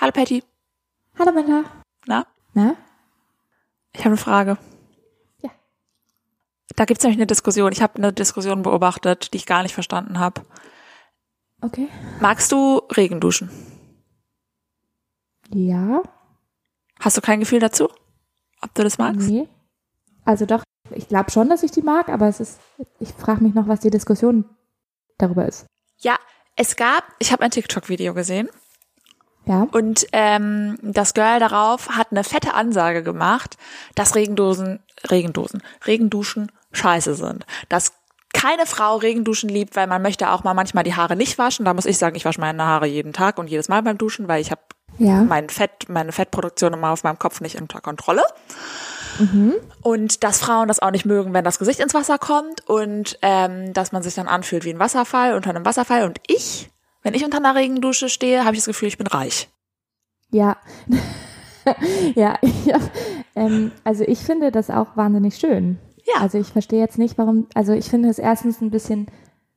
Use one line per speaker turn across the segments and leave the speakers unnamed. Hallo Patty.
Hallo Männer.
Na?
Na?
Ich habe eine Frage.
Ja.
Da gibt es nämlich eine Diskussion. Ich habe eine Diskussion beobachtet, die ich gar nicht verstanden habe.
Okay.
Magst du Regenduschen?
Ja.
Hast du kein Gefühl dazu? Ob du das magst?
Nee. Also doch, ich glaube schon, dass ich die mag, aber es ist, ich frage mich noch, was die Diskussion darüber ist.
Ja, es gab, ich habe ein TikTok-Video gesehen
Ja.
und ähm, das Girl darauf hat eine fette Ansage gemacht, dass Regendosen, Regendosen, Regenduschen scheiße sind. Dass keine Frau Regenduschen liebt, weil man möchte auch mal manchmal die Haare nicht waschen. Da muss ich sagen, ich wasche meine Haare jeden Tag und jedes Mal beim Duschen, weil ich habe
Ja.
mein Fett, meine Fettproduktion immer auf meinem Kopf nicht unter Kontrolle. Und dass Frauen das auch nicht mögen, wenn das Gesicht ins Wasser kommt und ähm, dass man sich dann anfühlt wie ein Wasserfall unter einem Wasserfall. Und ich, wenn ich unter einer Regendusche stehe, habe ich das Gefühl, ich bin reich.
Ja. ja, ja. Ähm, also ich finde das auch wahnsinnig schön.
Ja.
Also ich verstehe jetzt nicht, warum, also ich finde es erstens ein bisschen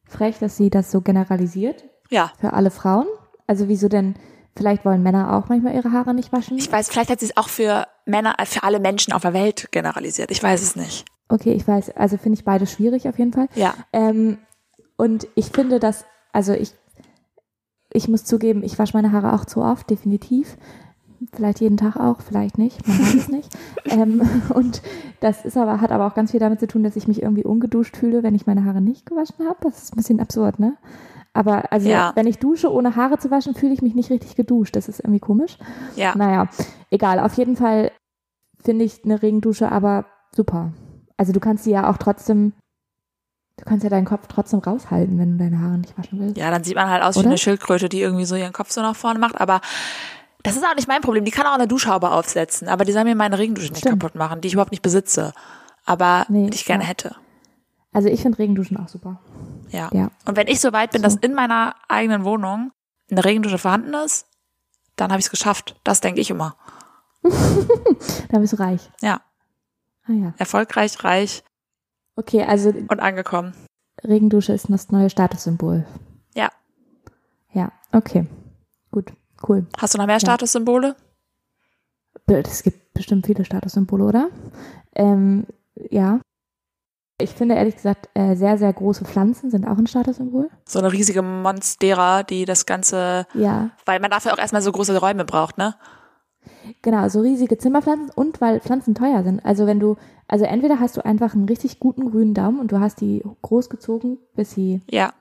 frech, dass sie das so generalisiert
Ja.
für alle Frauen. Also wieso denn, vielleicht wollen Männer auch manchmal ihre Haare nicht waschen.
Ich weiß, vielleicht hat sie es auch für Männer, äh, für alle Menschen auf der Welt generalisiert. Ich weiß es nicht.
Okay, ich weiß, also finde ich beide schwierig auf jeden Fall.
Ja.
Ähm, und ich finde das, also ich, ich muss zugeben, ich wasche meine Haare auch zu oft, definitiv. Vielleicht jeden Tag auch, vielleicht nicht, man weiß es nicht. Ähm, und das ist aber, hat aber auch ganz viel damit zu tun, dass ich mich irgendwie ungeduscht fühle, wenn ich meine Haare nicht gewaschen habe. Das ist ein bisschen absurd, ne? Aber also
Ja.
wenn ich dusche, ohne Haare zu waschen, fühle ich mich nicht richtig geduscht. Das ist irgendwie komisch.
Ja.
Naja, egal. Auf jeden Fall finde ich eine Regendusche aber super. Also du kannst die ja auch trotzdem, du kannst ja deinen Kopf trotzdem raushalten, wenn du deine Haare nicht waschen willst.
Ja, dann sieht man halt aus wie
Oder?
eine Schildkröte, die irgendwie so ihren Kopf so nach vorne macht. Aber das ist auch nicht mein Problem. Die kann auch eine Duschhaube aufsetzen. Aber die soll mir meine Regendusche nicht
Stimmt.
kaputt machen, die ich überhaupt nicht besitze. Aber
Nee,
die ich gerne
ja.
hätte.
Also ich finde Regenduschen auch super.
Ja.
Ja.
Und wenn ich so weit bin, dass in meiner eigenen Wohnung eine Regendusche vorhanden ist, dann habe ich es geschafft. Das denke ich immer.
Da bist du reich.
Ja.
Ah ja.
Erfolgreich, reich
Okay, also
und angekommen.
Regendusche ist das neue Statussymbol.
Ja.
Ja, okay. Gut, cool.
Hast du noch mehr Statussymbole?
Es gibt bestimmt viele Statussymbole, oder? Ähm, ja. Ich finde ehrlich gesagt, äh, sehr, sehr große Pflanzen sind auch ein Statussymbol.
So eine riesige Monstera, die das Ganze,
Ja,
weil man dafür auch erstmal so große Räume braucht, ne?
Genau, so riesige Zimmerpflanzen und weil Pflanzen teuer sind. Also wenn du, also entweder hast du einfach einen richtig guten grünen Daumen und du hast die großgezogen, bis sie
Ja.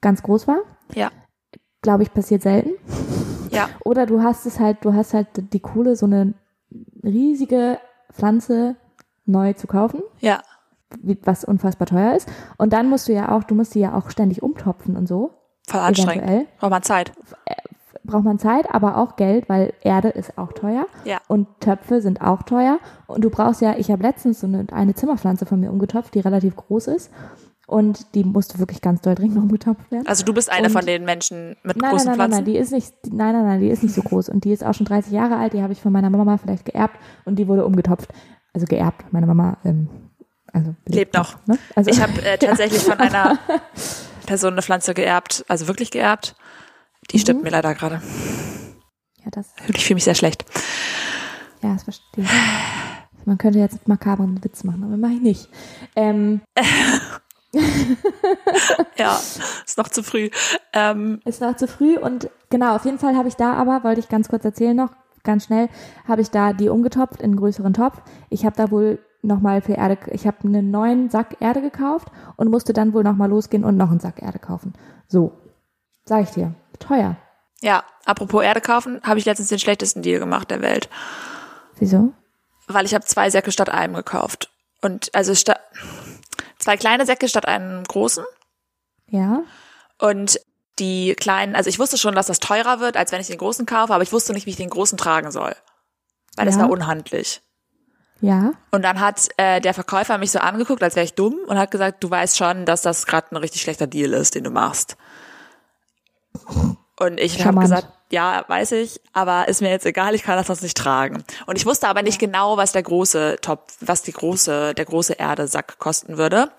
ganz groß war.
Ja.
Glaube ich, passiert selten.
Ja.
Oder du hast es halt, du hast halt die Kohle, so eine riesige Pflanze neu zu kaufen,
Ja.
wie- was unfassbar teuer ist. Und dann musst du ja auch, du musst sie ja auch ständig umtopfen und so.
Voll anstrengend.
Eventuell
Braucht man Zeit.
braucht man Zeit, aber auch Geld, weil Erde ist auch teuer.
Ja.
Und Töpfe sind auch teuer. Und du brauchst ja, ich habe letztens so eine, eine Zimmerpflanze von mir umgetopft, die relativ groß ist. Und die musste wirklich ganz doll dringend umgetopft werden.
Also du bist eine
Und-
von den Menschen mit
Nein, nein,
großen
nein, nein,
Pflanzen.
nein, die ist nicht, die, nein, nein, nein, die ist nicht so groß. Und die ist auch schon 30 Jahre alt, die habe ich von meiner Mama vielleicht geerbt und die wurde umgetopft. Also geerbt, meine Mama, ähm, also
Lebt noch.
Ne? Also,
Ich habe äh, tatsächlich von einer Person eine Pflanze geerbt, also wirklich geerbt. Die
Mhm.
stirbt mir leider gerade.
ja, das,
Ich fühle mich sehr schlecht.
ja, das verstehe ich. Man könnte jetzt einen makabren Witz machen, aber mache ich nicht. Ähm,
Ja, ist noch zu früh. Ähm,
Ist noch zu früh und genau, auf jeden Fall habe ich da aber, wollte ich ganz kurz erzählen noch, ganz schnell, habe ich da die umgetopft in einen größeren Topf. Ich habe da wohl nochmal viel Erde, ich habe einen neuen Sack Erde gekauft und musste dann wohl nochmal losgehen und noch einen Sack Erde kaufen. So, sag ich dir, teuer.
ja, apropos Erde kaufen, habe ich letztens den schlechtesten Deal gemacht der Welt.
Wieso?
Weil ich habe zwei Säcke statt einem gekauft. Und also sta zwei kleine Säcke statt einem großen.
Ja,
Und die kleinen, also ich wusste schon, dass das teurer wird, als wenn ich den großen kaufe, aber ich wusste nicht, wie ich den großen tragen soll. Weil das
Ja.
war unhandlich.
ja,
Und dann hat äh, der Verkäufer mich so angeguckt, als wäre ich dumm und hat gesagt, du weißt schon, dass das gerade ein richtig schlechter Deal ist, den du machst. Und ich habe
Charmant.
gesagt, ja, weiß ich, aber ist mir jetzt egal, ich kann das sonst nicht tragen. Und ich wusste aber nicht genau, was der große Top, was die große, der große Erdesack kosten würde.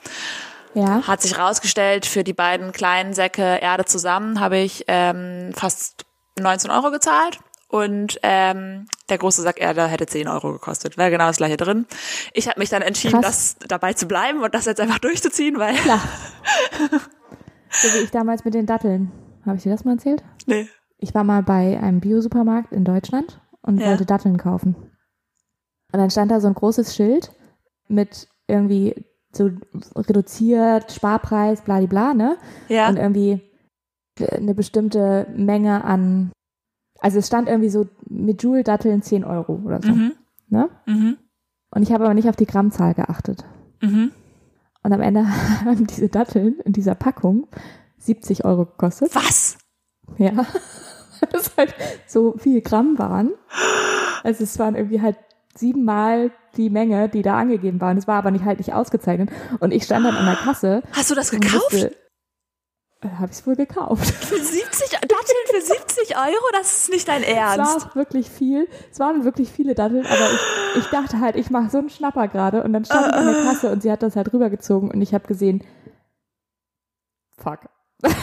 ja.
Hat sich rausgestellt, für die beiden kleinen Säcke Erde zusammen habe ich ähm, fast 19 Euro gezahlt und ähm, der Große sagt, er da hätte 10 Euro gekostet. Wäre genau das gleiche drin. Ich habe mich dann entschieden,
Krass.
das dabei zu bleiben und das jetzt einfach durchzuziehen, weil.
Klar. so wie ich damals mit den Datteln. Habe ich dir das mal erzählt?
Nee.
Ich war mal bei einem Bio-Supermarkt in Deutschland und
Ja.
wollte Datteln kaufen. Und dann stand da so ein großes Schild mit irgendwie so reduziert, Sparpreis, bladibla, ne?
Ja.
Und irgendwie eine bestimmte Menge an, also es stand irgendwie so mit Joule-Datteln 10 Euro oder so,
Mhm.
ne?
Mhm.
Und ich habe aber nicht auf die Grammzahl geachtet.
Mhm.
Und am Ende haben diese Datteln in dieser Packung 70 Euro gekostet.
Was?
Ja. Weil Das halt so viel Gramm waren. Also es waren irgendwie halt siebenmal die Menge, die da angegeben waren. Es war aber nicht halt nicht ausgezeichnet. Und ich stand dann an der Kasse.
Hast du das
und
gekauft?
wusste, Äh, Habe ich es wohl gekauft.
Für 70 Datteln für 70 Euro? Das ist nicht dein
Es
Ernst.
war wirklich viel. Es waren wirklich viele Datteln, aber ich, ich dachte halt, ich mache so einen Schnapper gerade. Und dann stand ich an
Äh,
der Kasse und sie hat das halt rübergezogen und ich habe gesehen, fuck. das,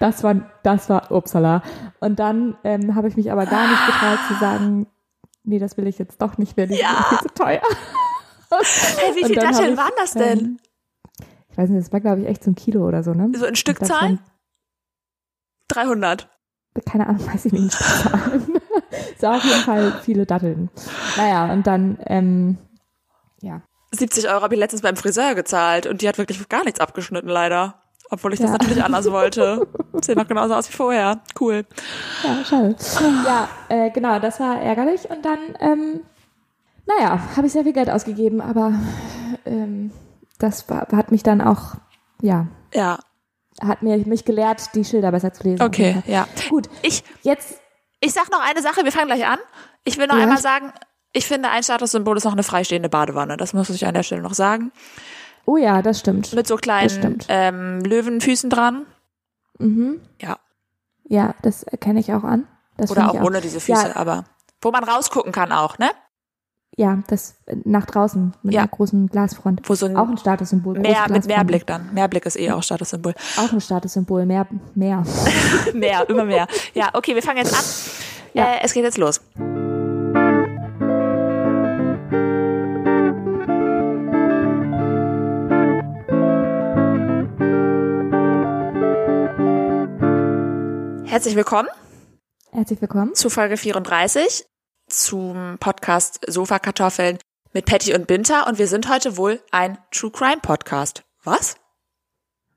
das war, das war, upsala. Und dann ähm, habe ich mich aber gar nicht getraut zu sagen, nee, das will ich jetzt doch nicht mehr, die
Ja.
sind viel zu teuer.
Hey, wie
Und
viele
dann hab
Datteln
ich,
waren das denn?
Ähm, ich weiß nicht, das war glaube ich echt so ein Kilo oder so, ne?
So in
Ich glaub, so
Stückzahlen?
ein-
300.
keine Ahnung, weiß ich nicht. Stückzahlen. Es waren auf jeden Fall viele Datteln. Naja, und dann, ähm, ja.
70 Euro habe ich letztens beim Friseur gezahlt und die hat wirklich gar nichts abgeschnitten, leider. Obwohl ich das
Ja.
natürlich anders wollte. Sieht noch genauso aus wie vorher. Cool.
Ja, Ah, schade. Ja, äh, genau, das war ärgerlich. Und dann, ähm, naja, habe ich sehr viel Geld ausgegeben, aber ähm, das war, hat mich dann auch, ja,
Ja,
hat mir, mich gelehrt, die Schilder besser zu lesen.
okay, ja.
Gut,
Ich,
jetzt,
ich sag noch eine Sache, wir fangen gleich an. Ich will noch
Ja.
einmal sagen, ich finde, ein Statussymbol ist noch eine freistehende Badewanne. Das muss ich an der Stelle noch sagen.
oh ja, das stimmt.
Mit so
Das
kleinen
stimmt.
ähm, Löwenfüßen dran.
Mhm.
Ja.
Ja, das erkenne ich auch an. Das
Oder
finde
auch
ich
ohne diese Füße, aber. Wo man rausgucken kann auch, ne?
Ja, das äh, nach draußen mit
Ja.
einer großen Glasfront.
Wo so ein
Auch ein Statussymbol. große
Meer, mit
Glasfront.
Mehrblick dann. Mehrblick ist eh auch Statussymbol.
Auch ein Statussymbol. Mehr, mehr.
Mehr, immer mehr. Ja, okay, wir fangen jetzt an.
Ja.
Äh, es geht jetzt los. Herzlich willkommen
Herzlich willkommen.
zu Folge 34 zum Podcast Sofakartoffeln mit Patty und Binter und wir sind heute wohl ein True Crime Podcast. Was?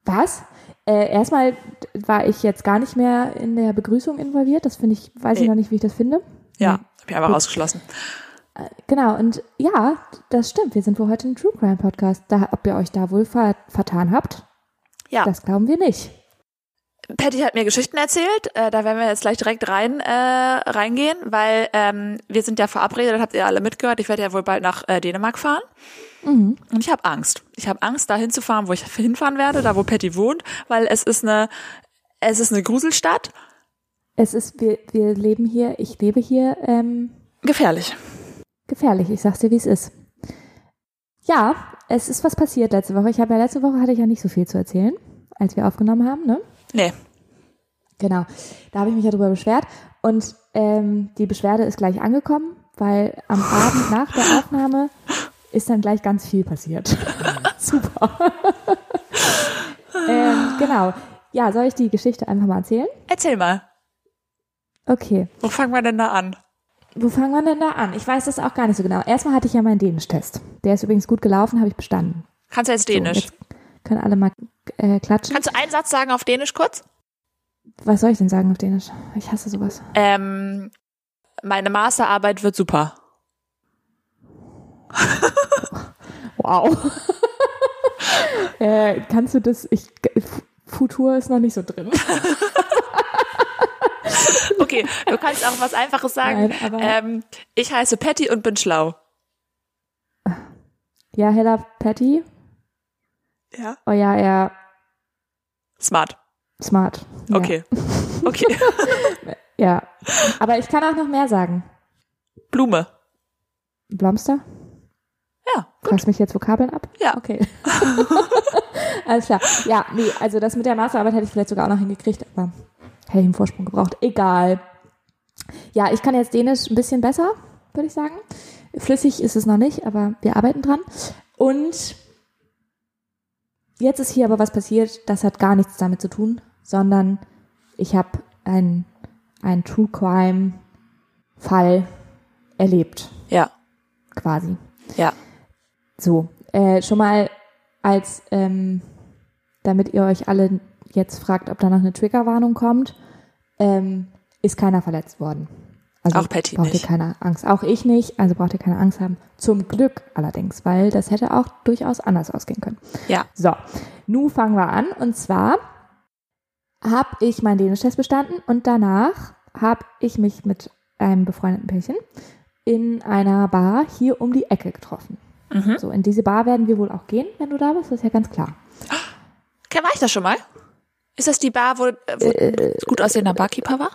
Was? Äh, erstmal war ich jetzt gar nicht mehr in der Begrüßung involviert. Das finde ich, weiß
Nee.
ich noch nicht, wie ich das finde.
Ja, hab ich einfach ausgeschlossen.
Genau, und ja, das stimmt. Wir sind wohl heute ein True Crime Podcast. Da, ob ihr euch da wohl ver vertan habt,
Ja.
das glauben wir nicht.
Patty hat mir Geschichten erzählt, äh, da werden wir jetzt gleich direkt rein äh, reingehen, weil ähm, wir sind ja verabredet, das habt ihr alle mitgehört. Ich werde ja wohl bald nach äh, Dänemark fahren
Mhm.
und ich habe Angst. Ich habe Angst, dahin zu fahren, wo ich hinfahren werde, da wo Patty wohnt, weil es ist eine es ist eine Gruselstadt,
Es ist, wir, wir leben hier, ich lebe hier ähm,
gefährlich.
gefährlich. Ich sag's dir, wie es ist. Ja, es ist was passiert letzte Woche. Ich habe ja letzte Woche hatte ich ja nicht so viel zu erzählen, als wir aufgenommen haben, ne?
Nee,
Genau, da habe ich mich ja drüber beschwert und ähm, die Beschwerde ist gleich angekommen, weil am Abend nach der Aufnahme ist dann gleich ganz viel passiert. Super. ähm, genau. Ja, soll ich die Geschichte einfach mal erzählen?
erzähl mal.
Okay.
Wo fangen wir denn da an?
Wo fangen wir denn da an? Ich weiß das auch gar nicht so genau. Erstmal hatte ich ja meinen Dänisch-Test. Der ist übrigens gut gelaufen, habe ich bestanden.
Kannst du jetzt
So,
Dänisch?
jetzt können alle mal äh, klatschen.
Kannst du einen Satz sagen auf Dänisch kurz?
Was soll ich denn sagen auf Dänisch? Ich hasse sowas.
Ähm, meine Masterarbeit wird super.
Wow. äh, kannst du das? Ich, F- Futur ist noch nicht so drin.
Okay, du kannst auch was Einfaches sagen.
Nein, aber
Ähm, ich heiße Patty und bin schlau.
ja, Hella Patty.
Ja.
Oh ja, er
Smart.
smart. Ja.
Okay. Okay.
Ja, aber ich kann auch noch mehr sagen.
Blume.
Blomster?
Ja.
Fragst mich jetzt Vokabeln ab?
Ja.
Okay. Alles klar. Ja, nee, also das mit der Masterarbeit hätte ich vielleicht sogar auch noch hingekriegt, aber hätte ich einen Vorsprung gebraucht. Egal. Ja, ich kann jetzt Dänisch ein bisschen besser, würde ich sagen. Flüssig ist es noch nicht, aber wir arbeiten dran. Und jetzt ist hier aber was passiert, das hat gar nichts damit zu tun, sondern ich habe einen ein True Crime Fall erlebt,
Ja,
quasi.
ja.
So, äh, schon mal als, ähm, damit ihr euch alle jetzt fragt, ob da noch eine Triggerwarnung kommt, ähm, ist keiner verletzt worden. Also
Auch Patty
braucht
nicht.
ihr keine Angst. Auch ich nicht, also braucht ihr keine Angst haben. Zum Glück allerdings, weil das hätte auch durchaus anders ausgehen können.
Ja.
So, nun fangen wir an. Und zwar habe ich meinen Dänisch-Test bestanden und danach habe ich mich mit einem befreundeten Pärchen in einer Bar hier um die Ecke getroffen.
Mhm.
So, in diese Bar werden wir wohl auch gehen, wenn du da bist, das ist ja ganz klar.
Okay, war ich das schon mal? Ist das die Bar, wo, äh, wo
Äh,
ein gut aussehender Barkeeper war?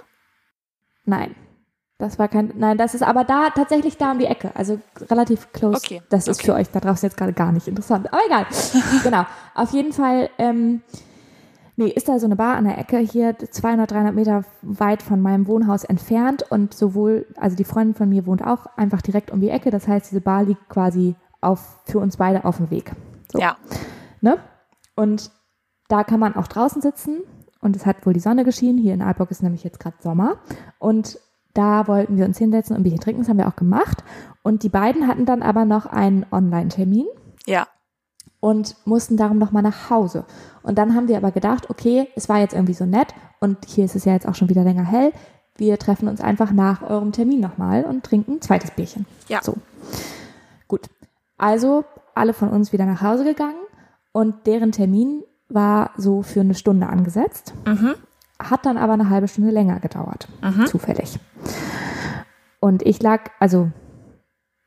Nein. Das war kein, nein, das ist aber da, tatsächlich da um die Ecke, also relativ close.
Okay,
Das ist
okay.
für euch da draußen jetzt gerade gar nicht interessant, aber egal. genau, auf jeden Fall, ähm, nee, ist da so eine Bar an der Ecke hier, 200, 300 Meter weit von meinem Wohnhaus entfernt und sowohl, also die Freundin von mir wohnt auch einfach direkt um die Ecke, das heißt, diese Bar liegt quasi auf, für uns beide auf dem Weg. So.
Ja.
Ne? Und da kann man auch draußen sitzen und es hat wohl die Sonne geschienen. Hier in Aalborg ist nämlich jetzt gerade Sommer. Und da wollten wir uns hinsetzen und ein Bierchen trinken. Das haben wir auch gemacht. Und die beiden hatten dann aber noch einen Online-Termin
Ja.
und mussten darum nochmal nach Hause. Und dann haben wir aber gedacht, okay, es war jetzt irgendwie so nett und hier ist es ja jetzt auch schon wieder länger hell. Wir treffen uns einfach nach eurem Termin nochmal und trinken ein zweites Bierchen.
Ja.
So. Gut. Also alle von uns wieder nach Hause gegangen und deren Termin war so für eine Stunde angesetzt,
Mhm.
hat dann aber eine halbe Stunde länger gedauert,
Mhm.
zufällig. Und ich lag, also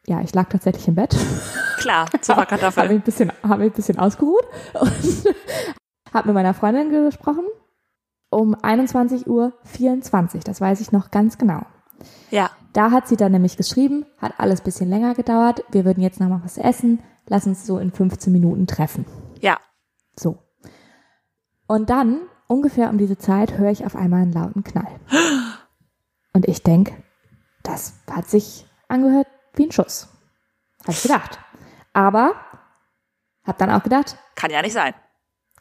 ja, ich lag tatsächlich im Bett.
Klar, Zuckerkartoffel.
Habe ich ein bisschen, habe ich ein bisschen ausgeruht und habe mit meiner Freundin gesprochen um 21.24 Uhr, das weiß ich noch ganz genau.
Ja.
Da hat sie dann nämlich geschrieben, hat alles ein bisschen länger gedauert, wir würden jetzt noch mal was essen, lass uns so in 15 Minuten treffen.
Ja.
So. Und dann, ungefähr um diese Zeit, höre ich auf einmal einen lauten Knall. Und ich denke, das hat sich angehört wie ein Schuss. Habe ich gedacht. Aber habe dann auch gedacht,
Kann ja nicht sein.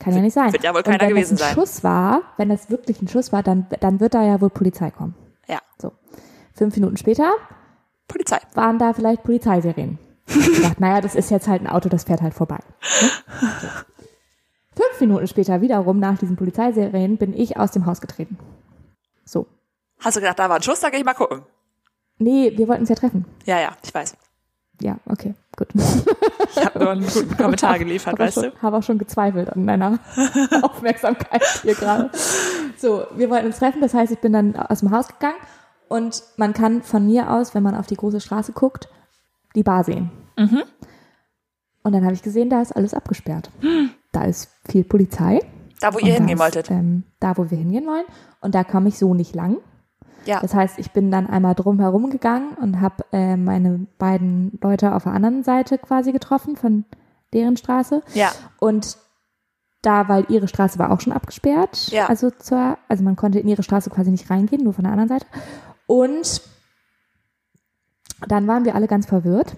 kann ja nicht sein.
Wird ja wohl
Und
keiner
wenn
gewesen
das
sein.
ein Schuss war, wenn das wirklich ein Schuss war, dann, dann wird da ja wohl Polizei kommen.
Ja.
So. Fünf Minuten später
Polizei.
waren da vielleicht Polizeisirenen. Ich dachte, naja, das ist jetzt halt ein Auto, das fährt halt vorbei. Ne? So. Fünf Minuten später wiederum nach diesen Polizeisirenen bin ich aus dem Haus getreten. So.
Hast du gedacht, da war ein Schuss, da gehe ich mal gucken.
Nee, wir wollten uns ja treffen.
Ja, ja, ich weiß.
Ja, okay, gut.
Ich habe nur einen guten Kommentar geliefert,
Hab auch
weißt
schon,
du?
Habe auch schon gezweifelt an meiner Aufmerksamkeit hier gerade. So, wir wollten uns treffen, das heißt, ich bin dann aus dem Haus gegangen und man kann von mir aus, wenn man auf die große Straße guckt, die Bar sehen.
Mhm.
Und dann habe ich gesehen, da ist alles abgesperrt. Da ist viel Polizei.
Da, wo
Und
ihr hingehen
da ist,
wolltet.
Ähm, da, wo wir hingehen wollen. Und da kam ich so nicht lang.
Ja.
Das heißt, ich bin dann einmal drumherum gegangen und habe äh, meine beiden Leute auf der anderen Seite quasi getroffen, von deren Straße.
Ja.
Und da, weil ihre Straße war auch schon abgesperrt,
Ja.
also, zur, also man konnte in ihre Straße quasi nicht reingehen, nur von der anderen Seite. Und dann waren wir alle ganz verwirrt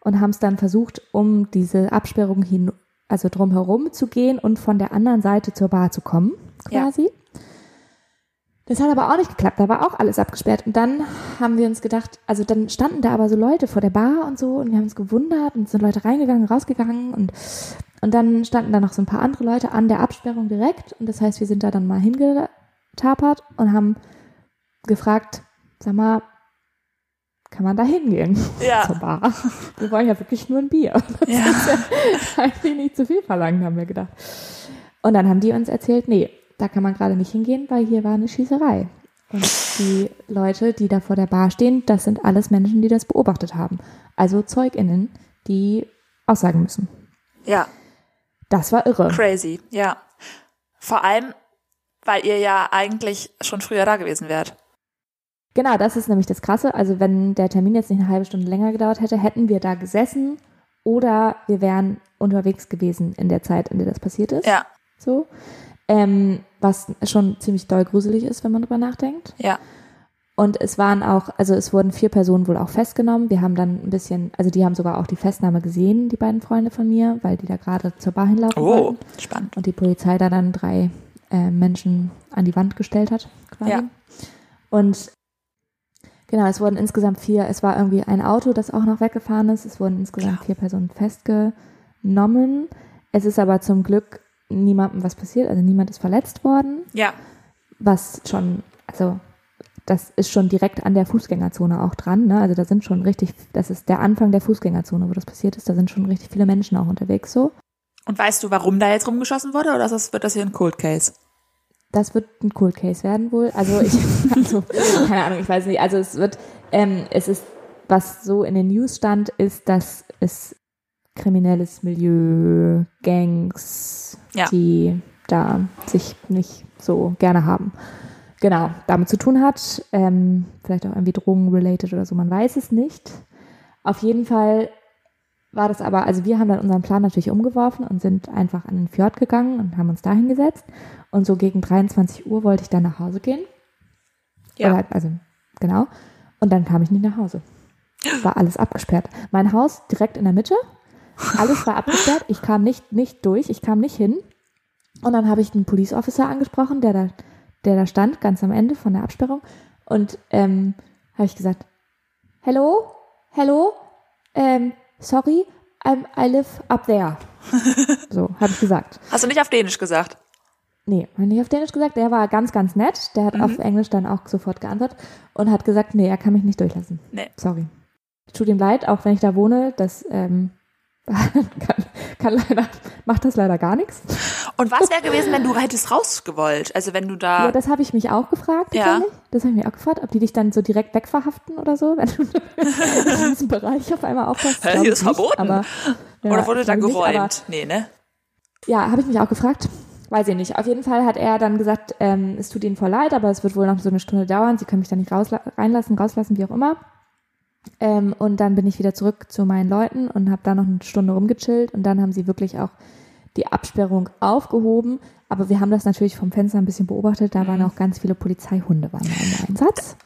und haben es dann versucht, um diese Absperrung hin, also drumherum zu gehen und von der anderen Seite zur Bar zu kommen,
Ja.
quasi. Das hat aber auch nicht geklappt, da war auch alles abgesperrt. Und dann haben wir uns gedacht, also dann standen da aber so Leute vor der Bar und so und wir haben uns gewundert und sind Leute reingegangen, rausgegangen und, und dann standen da noch so ein paar andere Leute an der Absperrung direkt und das heißt, wir sind da dann mal hingetapert und haben gefragt, sag mal, kann man da hingehen
Ja.
zur Bar? Wir wollen ja wirklich nur ein Bier.
ja.
Eigentlich nicht zu viel verlangen, haben wir gedacht. Und dann haben die uns erzählt, nee, da kann man gerade nicht hingehen, weil hier war eine Schießerei. Und die Leute, die da vor der Bar stehen, das sind alles Menschen, die das beobachtet haben. Also ZeugInnen, die aussagen müssen.
Ja.
Das war irre.
Crazy. Ja. Vor allem, weil ihr ja eigentlich schon früher da gewesen wärt.
Genau, das ist nämlich das Krasse. Also wenn der Termin jetzt nicht eine halbe Stunde länger gedauert hätte, hätten wir da gesessen oder wir wären unterwegs gewesen in der Zeit, in der das passiert ist.
Ja.
So. Ähm, was schon ziemlich doll gruselig ist, wenn man drüber nachdenkt.
Ja.
Und es waren auch, also es wurden vier Personen wohl auch festgenommen. Wir haben dann ein bisschen, also die haben sogar auch die Festnahme gesehen, die beiden Freunde von mir, weil die da gerade zur Bar hinlaufen
Oh,
wollten.
spannend.
Und die Polizei da dann drei äh, Menschen an die Wand gestellt hat, quasi.
Ja.
Und genau, es wurden insgesamt vier, es war irgendwie ein Auto, das auch noch weggefahren ist. Es wurden insgesamt vier Personen festgenommen. Es ist aber zum Glück niemandem was passiert, also niemand ist verletzt worden
Ja,
was schon, also das ist schon direkt an der Fußgängerzone auch dran. Ne? Also da sind schon richtig, das ist der Anfang der Fußgängerzone, wo das passiert ist. Da sind schon richtig viele Menschen auch unterwegs so.
Und weißt du, warum da jetzt rumgeschossen wurde oder ist das, wird das hier ein Cold Case?
Das wird ein Cold Case werden wohl. Also ich, also, keine Ahnung, ich weiß nicht. Also es wird, ähm, es ist, was so in den News stand, ist, dass es kriminelles Milieu, Gangs,
Ja.
die da sich nicht so gerne haben. Genau, damit zu tun hat. Ähm, vielleicht auch irgendwie Drogen-related oder so, man weiß es nicht. Auf jeden Fall war das aber, also wir haben dann unseren Plan natürlich umgeworfen und sind einfach an den Fjord gegangen und haben uns da hingesetzt. Und so gegen 23 Uhr wollte ich dann nach Hause gehen.
Ja.
Oder, also, genau. Und dann kam ich nicht nach Hause. War alles abgesperrt. Mein Haus direkt in der Mitte. Alles war abgesperrt. Ich kam nicht, nicht durch. Ich kam nicht hin. Und dann habe ich einen Police Officer angesprochen, der da, der da stand, ganz am Ende von der Absperrung. Und ähm, habe ich gesagt, hello, hello, ähm, sorry, I'm, I live up there. so, habe ich gesagt.
Hast du nicht auf Dänisch gesagt?
Nee, hat nicht auf Dänisch gesagt. Der war ganz, ganz nett. Der hat
Mhm.
auf Englisch dann auch sofort geantwortet und hat gesagt, nee, er kann mich nicht durchlassen.
Nee.
Sorry. Tut ihm leid, auch wenn ich da wohne, das ähm, kann, kann leider, macht das leider gar nichts.
Und was wäre gewesen, wenn du hättest rausgewollt? Also wenn du da,
Ja, das habe ich mich auch gefragt.
Ja.
tatsächlich. Das habe ich mich auch gefragt, ob die dich dann so direkt wegverhaften oder so, wenn du in diesem Bereich auf einmal aufpasst.
Hä,
Glaube
hier
ich
ist
nicht,
verboten.
Aber, ja,
oder wurde da
glaube ich nicht, aber-
geräumt? Nee, ne?
Ja, habe ich mich auch gefragt. Weiß ich nicht. Auf jeden Fall hat er dann gesagt, ähm, es tut ihnen voll leid, aber es wird wohl noch so eine Stunde dauern. Sie können mich da nicht rausla reinlassen, rauslassen, wie auch immer. Ähm, und dann bin ich wieder zurück zu meinen Leuten und habe da noch eine Stunde rumgechillt. Und dann haben sie wirklich auch die Absperrung aufgehoben. Aber wir haben das natürlich vom Fenster ein bisschen beobachtet. Da waren auch ganz viele Polizeihunde waren da im Einsatz.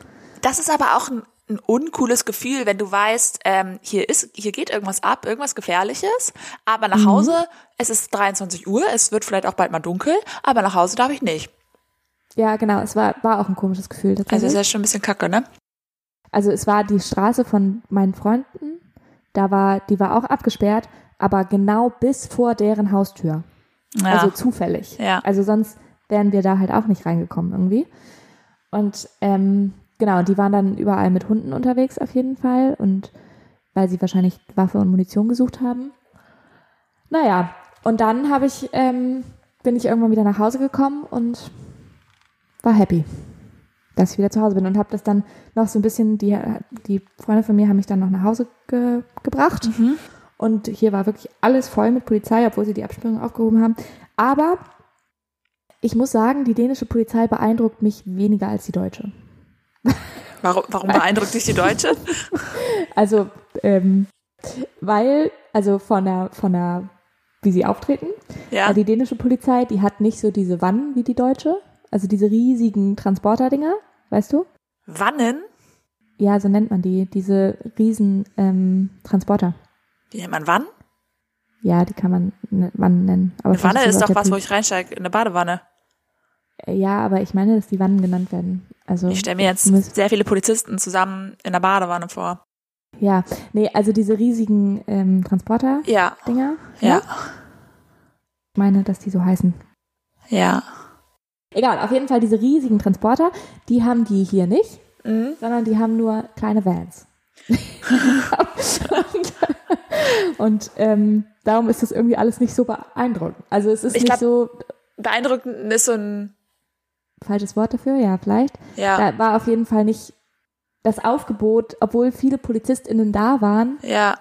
Das ist aber auch ein, ein uncooles Gefühl, wenn du weißt, ähm, hier ist, hier geht irgendwas ab, irgendwas Gefährliches, aber nach
Mhm.
Hause, es ist 23 Uhr, es wird vielleicht auch bald mal dunkel, aber nach Hause darf ich nicht.
Ja, genau. Es war, war auch ein komisches Gefühl.
Also
tatsächlich.
ist ja schon ein bisschen kacke, ne?
Also es war die Straße von meinen Freunden, da war, die war auch abgesperrt, aber genau bis vor deren Haustür.
Ja.
Also zufällig.
Ja.
Also sonst wären wir da halt auch nicht reingekommen irgendwie. Und ähm, genau, die waren dann überall mit Hunden unterwegs auf jeden Fall und weil sie wahrscheinlich Waffe und Munition gesucht haben. Naja, und dann habe ich, ähm, bin ich irgendwann wieder nach Hause gekommen und war happy, dass ich wieder zu Hause bin und habe das dann noch so ein bisschen, die, die Freunde von mir haben mich dann noch nach Hause ge gebracht und hier war wirklich alles voll mit Polizei, obwohl sie die Absperrung aufgehoben haben. Aber ich muss sagen, die dänische Polizei beeindruckt mich weniger als die deutsche.
warum, warum beeindruckt dich die Deutsche?
Also, ähm, weil, also von der, von der, wie sie auftreten,
Ja.
weil die dänische Polizei, die hat nicht so diese Wannen wie die deutsche, also diese riesigen Transporterdinger, weißt du?
Wannen?
Ja, so nennt man die, diese riesen ähm, Transporter.
Wie nennt man Wann?
Ja, die kann man ne, Wannen nennen. Aber
Eine Wanne
vielleicht
ist doch
das Wort
was,
jetzt
wo ich reinsteige, eine Badewanne.
Ja, aber ich meine, dass die Wannen genannt werden. Also
Ich stelle mir jetzt
Mist.
sehr viele Polizisten zusammen in der Badewanne vor.
ja, nee, also diese riesigen ähm, Transporter
Ja,
Dinger.
ja,
Ich meine, dass die so heißen.
ja.
Egal, auf jeden Fall diese riesigen Transporter, die haben die hier nicht,
Mhm.
sondern die haben nur kleine Vans. und ähm, darum ist das irgendwie alles nicht so beeindruckend. Also es ist
Ich
nicht
glaub-
so
Beeindruckend ist so ein,
falsches Wort dafür, ja, vielleicht.
ja,
Da war auf jeden Fall nicht das Aufgebot, obwohl viele PolizistInnen da waren,
ja,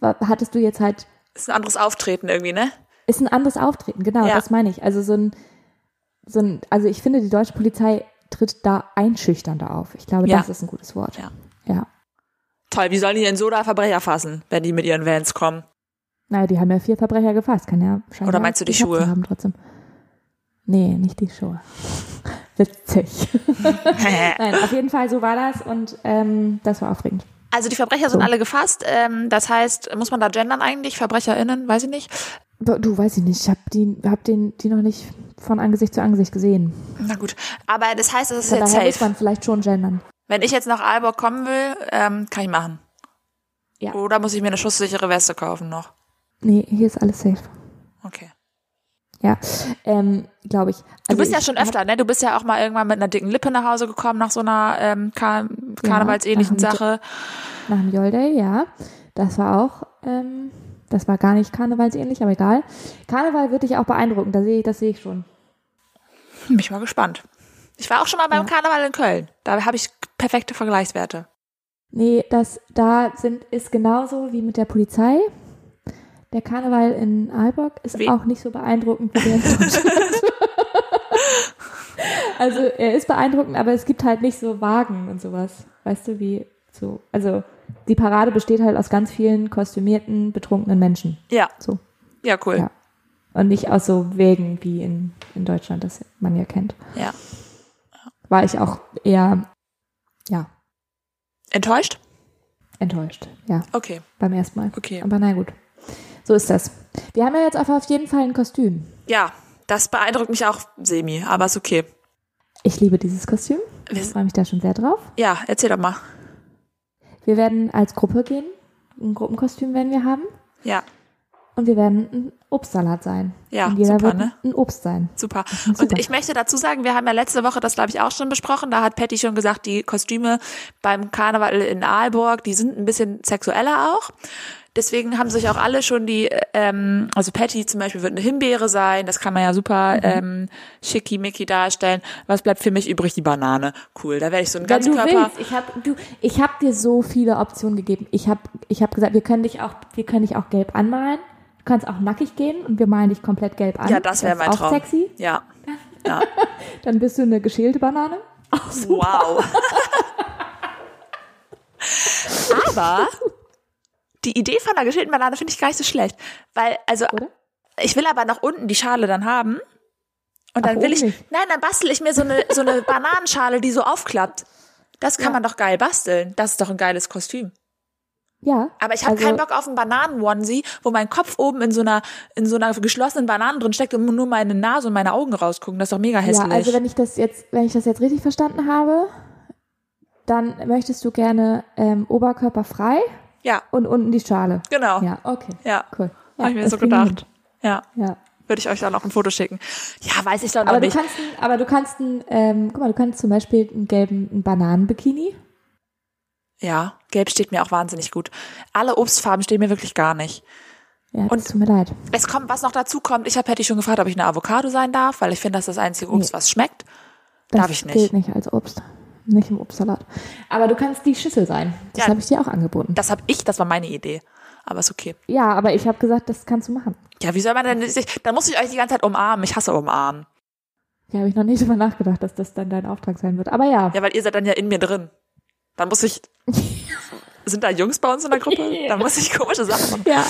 wa- hattest du jetzt halt
ist ein anderes Auftreten irgendwie, ne?
Ist ein anderes Auftreten, genau,
Ja.
das meine ich. Also so ein, so ein, also ich finde, die deutsche Polizei tritt da einschüchternder auf. Ich glaube,
Ja.
das ist ein gutes Wort.
Ja.
ja.
Toll, wie sollen die denn so da Verbrecher fassen, wenn die mit ihren Vans kommen?
Naja, die haben ja vier Verbrecher gefasst, kann ja scheinbar
Oder meinst du die
geklappt
Schuhe?
Haben trotzdem. Nee, nicht die Schuhe. witzig. Nein, auf jeden Fall, so war das und ähm, das war aufregend.
Also die Verbrecher sind
So.
alle gefasst. Ähm, das heißt, muss man da gendern eigentlich? VerbrecherInnen, weiß ich nicht.
Bo- Du, weiß ich nicht, ich habe die, hab den, die noch nicht von Angesicht zu Angesicht gesehen.
Na gut. Aber das heißt, es ist
Von
jetzt
daher muss
safe.
man vielleicht schon gendern.
Wenn ich jetzt nach Aalborg kommen will, ähm, kann ich machen.
Ja.
Oder muss ich mir eine schusssichere Weste kaufen noch?
Nee, hier ist alles safe.
Okay.
Ja, ähm, glaube ich.
Du
Also
bist ja
ich
schon
hab-
öfter, ne? Du bist ja auch mal irgendwann mit einer dicken Lippe nach Hause gekommen nach so einer ähm, Kar Karnevalsähnlichen
nach dem
Sache.
Nach dem Yolday, ja. Das war auch, ähm, das war gar nicht karnevalsähnlich, aber egal. Karneval würde dich auch beeindrucken, da sehe ich, das sehe ich schon.
Bin ich mal gespannt. Ich war auch schon mal beim
Ja.
Karneval in Köln. Da habe ich perfekte Vergleichswerte.
Nee, das da sind, ist genauso wie mit der Polizei. Der Karneval in Aalborg ist
Wie-
auch nicht so beeindruckend wie der in Deutschland. also er ist beeindruckend, aber es gibt halt nicht so Wagen und sowas. Weißt du, wie so. Also die Parade besteht halt aus ganz vielen kostümierten, betrunkenen Menschen.
Ja.
So.
Ja, cool.
Ja. Und nicht aus so Wegen wie in, in Deutschland, das man ja kennt.
Ja.
War ich auch eher, ja,
Enttäuscht?
enttäuscht. Ja,
Okay,
beim ersten Mal.
okay.
Aber na gut, so ist das. Wir haben ja jetzt auf- auf jeden Fall ein Kostüm.
Ja, das beeindruckt mich auch semi, aber ist okay.
Ich liebe dieses Kostüm.
Wir-
Ich freue mich da schon sehr drauf.
Ja, erzähl doch mal.
Wir werden als Gruppe gehen. Ein Gruppenkostüm werden wir haben.
Ja,
Und wir werden ein Obstsalat sein.
Ja,
Und jeder
super,
wird
ne?
ein Obst sein.
super.
super.
Und ich möchte dazu sagen, wir haben ja letzte Woche das, glaube ich, auch schon besprochen. Da hat Patty schon gesagt, die Kostüme beim Karneval in Aalborg, die sind ein bisschen sexueller auch. Deswegen haben sich auch alle schon die, ähm, also Patty zum Beispiel wird eine Himbeere sein, das kann man ja super
Mhm.
ähm, schickimicki darstellen. Was bleibt für mich übrig? Die Banane. Cool, da werde ich so ein
Wenn du
Ganzkörper.
willst, ich habe du, ich hab dir so viele Optionen gegeben. Ich habe ich hab gesagt, wir können, dich auch, wir können dich auch gelb anmalen. Du kannst auch nackig gehen und wir malen dich komplett gelb an.
Ja, das wäre
ist
mein
auch
Traum.
sexy.
Ja. ja.
Dann bist du eine geschälte Banane.
Wow. Aber die Idee von einer geschälten Banane finde ich gar nicht so schlecht. Weil, also,
Oder?
ich will aber nach unten die Schale dann haben. Und
Ach,
dann will
oben
ich.
nicht.
Nein, dann bastel ich mir so eine, so eine Bananenschale, die so aufklappt. Das kann man doch geil basteln. Das ist doch ein geiles Kostüm.
Ja.
Aber ich habe
also-
keinen Bock auf einen Bananen-Onesie, wo mein Kopf oben in so einer, in so einer geschlossenen Banane drin steckt und nur meine Nase und meine Augen rausgucken. Das ist doch mega hässlich.
Ja, also wenn ich das jetzt, wenn ich das jetzt richtig verstanden habe, dann möchtest du gerne ähm, Oberkörper frei
ja
und unten die Schale.
genau. Ja.
Ja, okay,
ja.
cool. Ja,
Habe ich mir
das
so
kriegen wir
gedacht. Ja.
hin. Ja.
Würde ich euch dann auch ein Foto schicken. Ja, weiß ich doch noch
Aber du
nicht.
kannst, ein- aber du kannst, ein, ähm, guck mal, du kannst zum Beispiel einen gelben einen Bananenbikini.
Ja, gelb steht mir auch wahnsinnig gut. Alle Obstfarben stehen mir wirklich gar nicht.
Ja, das
Und-
tut mir leid.
Es kommt, was noch dazu kommt, ich habe Patty schon gefragt, ob ich eine Avocado sein darf, weil ich finde, das ist das einzige Obst,
Nee.
was schmeckt.
Das
Darf ich nicht.
gilt nicht als Obst, nicht im Obstsalat. Aber du kannst die Schüssel sein. Das
Ja.
habe ich dir auch angeboten.
Das habe ich, das war meine Idee. Aber ist okay.
ja, aber ich habe gesagt, das kannst du machen.
Ja, wie soll man denn sich, dann muss ich euch die ganze Zeit umarmen. Ich hasse umarmen.
Ja, habe ich noch nicht drüber nachgedacht, dass das dann dein Auftrag sein wird. Aber ja,
Ja, weil ihr seid dann ja in mir drin. Dann muss ich, sind da Jungs bei uns in der Gruppe? Dann muss ich komische Sachen machen.
ja.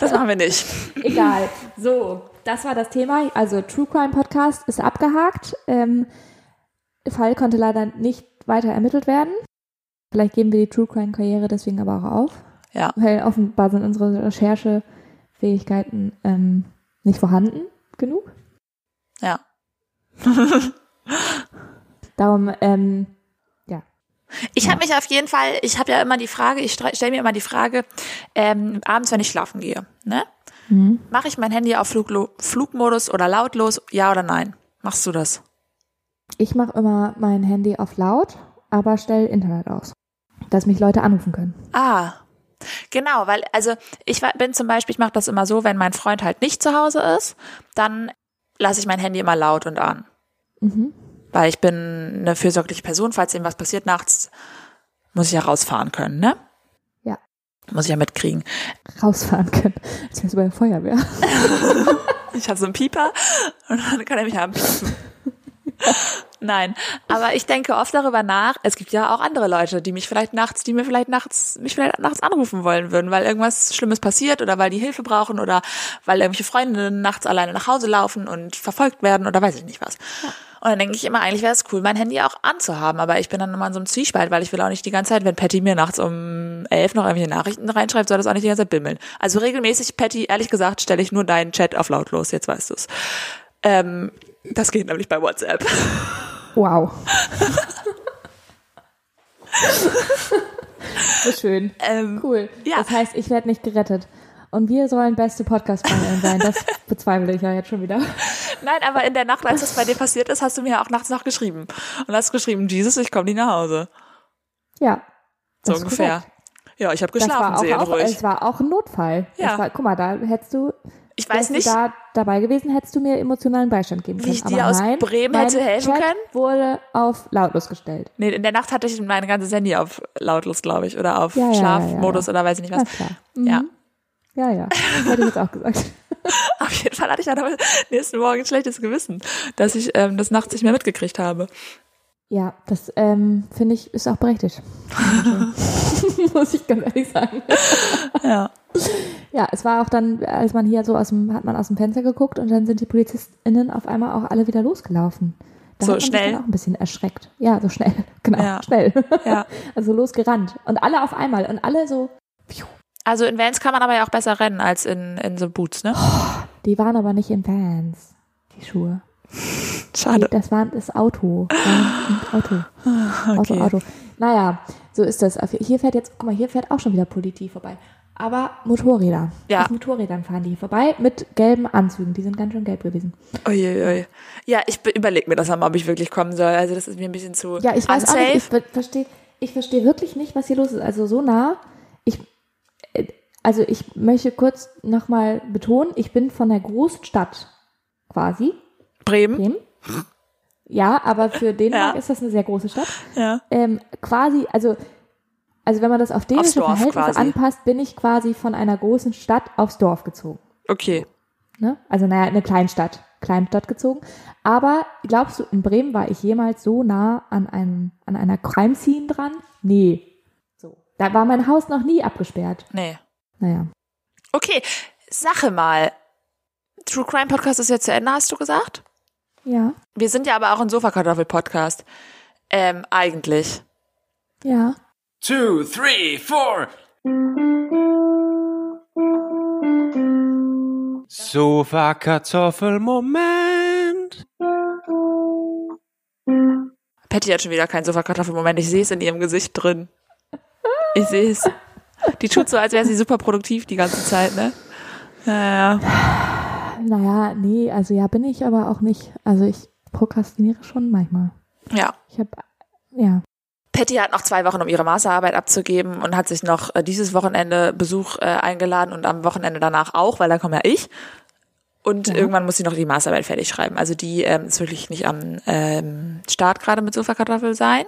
Das machen wir nicht.
Egal. So, das war das Thema. Also True Crime Podcast ist abgehakt. Ähm, Fall konnte leider nicht weiter ermittelt werden. Vielleicht geben wir die True Crime Karriere deswegen aber auch auf,
Ja,
weil offenbar sind unsere Recherchefähigkeiten ähm, nicht vorhanden genug.
ja.
Darum, ähm, ja.
Ich habe mich auf jeden Fall, ich habe ja immer die Frage, ich stelle mir immer die Frage, ähm, abends, wenn ich schlafen gehe, ne? Mache ich mein Handy auf Fluglo Flugmodus oder lautlos? Ja oder nein? Machst du das?
Ich mache immer mein Handy auf laut, aber stell Internet aus, dass mich Leute anrufen können.
Ah, genau, weil also ich wa- bin zum Beispiel, ich mache das immer so, wenn mein Freund halt nicht zu Hause ist, dann lasse ich mein Handy immer laut und an,
Mhm.
weil ich bin eine fürsorgliche Person. Falls ihm was passiert nachts, muss ich ja rausfahren können, ne?
Ja.
Muss ich ja mitkriegen.
Rausfahren können, als wärst du bei der Feuerwehr.
Ich habe so einen Pieper und dann kann er mich haben piepen. Nein, aber ich denke oft darüber nach. Es gibt ja auch andere Leute, die mich vielleicht nachts, die mir vielleicht nachts, mich vielleicht nachts anrufen wollen würden, weil irgendwas Schlimmes passiert oder weil die Hilfe brauchen oder weil irgendwelche Freunde nachts alleine nach Hause laufen und verfolgt werden oder weiß ich nicht was. Und dann denke ich immer, eigentlich wäre es cool, mein Handy auch anzuhaben. Aber ich bin dann immer in so einem Zwiespalt, weil ich will auch nicht die ganze Zeit, wenn Patty mir nachts um elf noch irgendwelche Nachrichten reinschreibt, soll das auch nicht die ganze Zeit bimmeln. Also regelmäßig, Patty, ehrlich gesagt, stelle ich nur deinen Chat auf lautlos, jetzt weißt du es. Ähm, das geht nämlich bei WhatsApp.
Wow. so schön.
Ähm,
Cool.
ja.
Das heißt, ich werde nicht gerettet. Und wir sollen beste Podcast-Freundinnen sein. Das bezweifle ich ja jetzt schon wieder.
Nein, aber in der Nacht, als das bei dir passiert ist, hast du mir auch nachts noch geschrieben. Und hast geschrieben, Jesus, ich komme nie nach Hause.
Ja.
So
das ist
ungefähr.
korrekt.
Ja, ich habe
Das
geschlafen,
war auch, auch,
seelenruhig.
es war auch ein Notfall.
Ja.
Das war, guck mal, da hättest du,
Ich weiß
wärst
nicht,
du da dabei gewesen, hättest du mir emotionalen Beistand geben
Wie
können.
ich dir
Aber
aus
nein,
Bremen
mein
hätte helfen
Chat
können?
wurde auf lautlos gestellt.
Nee, in der Nacht hatte ich mein ganzes Handy auf lautlos, glaube ich, oder auf
Ja, ja,
Schlafmodus
ja,
oder weiß ich nicht
Na
was.
klar. Mhm.
Ja.
Ja, ja. Hätte ich jetzt auch gesagt.
Auf jeden Fall hatte ich dann am nächsten Morgen ein schlechtes Gewissen, dass ich ähm, das nachts nicht mehr mitgekriegt habe.
Ja, das ähm, finde ich ist auch berechtigt. Muss ich ganz ehrlich sagen.
Ja.
Ja, es war auch dann, als man hier so aus dem, hat man aus dem Fenster geguckt und dann sind die PolizistInnen auf einmal auch alle wieder losgelaufen. Da
So
hat man
schnell?
Sich dann auch ein bisschen erschreckt. Ja, so schnell. Genau,
Ja.
schnell.
Ja.
Also losgerannt. Und alle auf einmal. Und alle so,
Also in Vans kann man aber ja auch besser rennen als in, in so Boots, ne?
Oh, die waren aber nicht in Vans, die Schuhe.
Schade.
Das war das Auto. War ein Auto. Auto,
Ah, Okay.
Auto. Naja, so ist das. Auf- Hier fährt jetzt, guck mal, hier fährt auch schon wieder Politik vorbei. Aber Motorräder.
Ja.
Auf Motorrädern fahren die hier vorbei mit gelben Anzügen. Die sind ganz schön gelb gewesen.
Uiuiui. Ja, ich überlege mir das mal, ob ich wirklich kommen soll. Also das ist mir ein bisschen zu
Ja, ich weiß
unsafe.
auch nicht. Ich ver- verstehe ich versteh wirklich nicht, was hier los ist. Also so nah. Ich, äh, also ich möchte kurz nochmal betonen, ich bin von der Großstadt quasi,
Bremen?
Bremen. Ja, aber für Dänemark
Hm? Ja.
ist das eine sehr große Stadt.
Ja.
ähm, quasi, also, also wenn man das auf dänische
Dorf
Verhältnisse
quasi.
anpasst, bin ich quasi von einer großen Stadt aufs Dorf gezogen.
Okay.
Ne? Also naja, eine Kleinstadt. Kleinstadt gezogen. Aber glaubst du, in Bremen war ich jemals so nah an, einem, an einer Crime Scene dran? Nee. So. Da war mein Haus noch nie abgesperrt.
Nee.
Naja.
Okay, Sache mal. True Crime Podcast ist jetzt zu Ende, hast du gesagt?
Ja.
Wir sind ja aber auch ein Sofakartoffel-Podcast. Ähm, eigentlich.
Ja.
two, three, four. Sofa Kartoffelmoment.
Patty hat schon wieder keinen Sofakartoffel-Moment. Ich sehe es in ihrem Gesicht drin. Ich sehe es. Die tut so, als wäre sie super produktiv die ganze Zeit, ne? Naja.
Naja, nee, also ja, bin ich aber auch nicht. Also ich prokrastiniere schon manchmal.
Ja.
Ich habe, ja.
Patty hat noch zwei Wochen, um ihre Masterarbeit abzugeben und hat sich noch äh, dieses Wochenende Besuch äh, eingeladen und am Wochenende danach auch, weil da komme ja ich. Und irgendwann muss sie noch die Masterarbeit fertig schreiben. Also die ähm, ist wirklich nicht am ähm, Start gerade mit Sofakartoffel sein.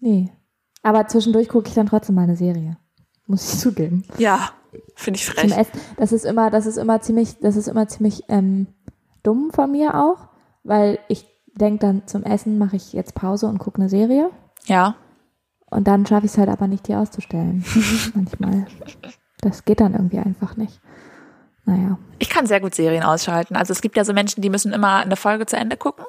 Nee. Aber zwischendurch gucke ich dann trotzdem meine Serie. Muss ich zugeben.
Ja, finde ich
Zum
frech.
Essen. Das ist immer, das ist immer ziemlich, das ist immer ziemlich ähm, dumm von mir auch, weil ich denke dann, zum Essen mache ich jetzt Pause und gucke eine Serie.
Ja.
Und dann schaffe ich es halt aber nicht, die auszustellen. Manchmal. Das geht dann irgendwie einfach nicht. Naja.
Ich kann sehr gut Serien ausschalten. Also es gibt ja so Menschen, die müssen immer eine Folge zu Ende gucken.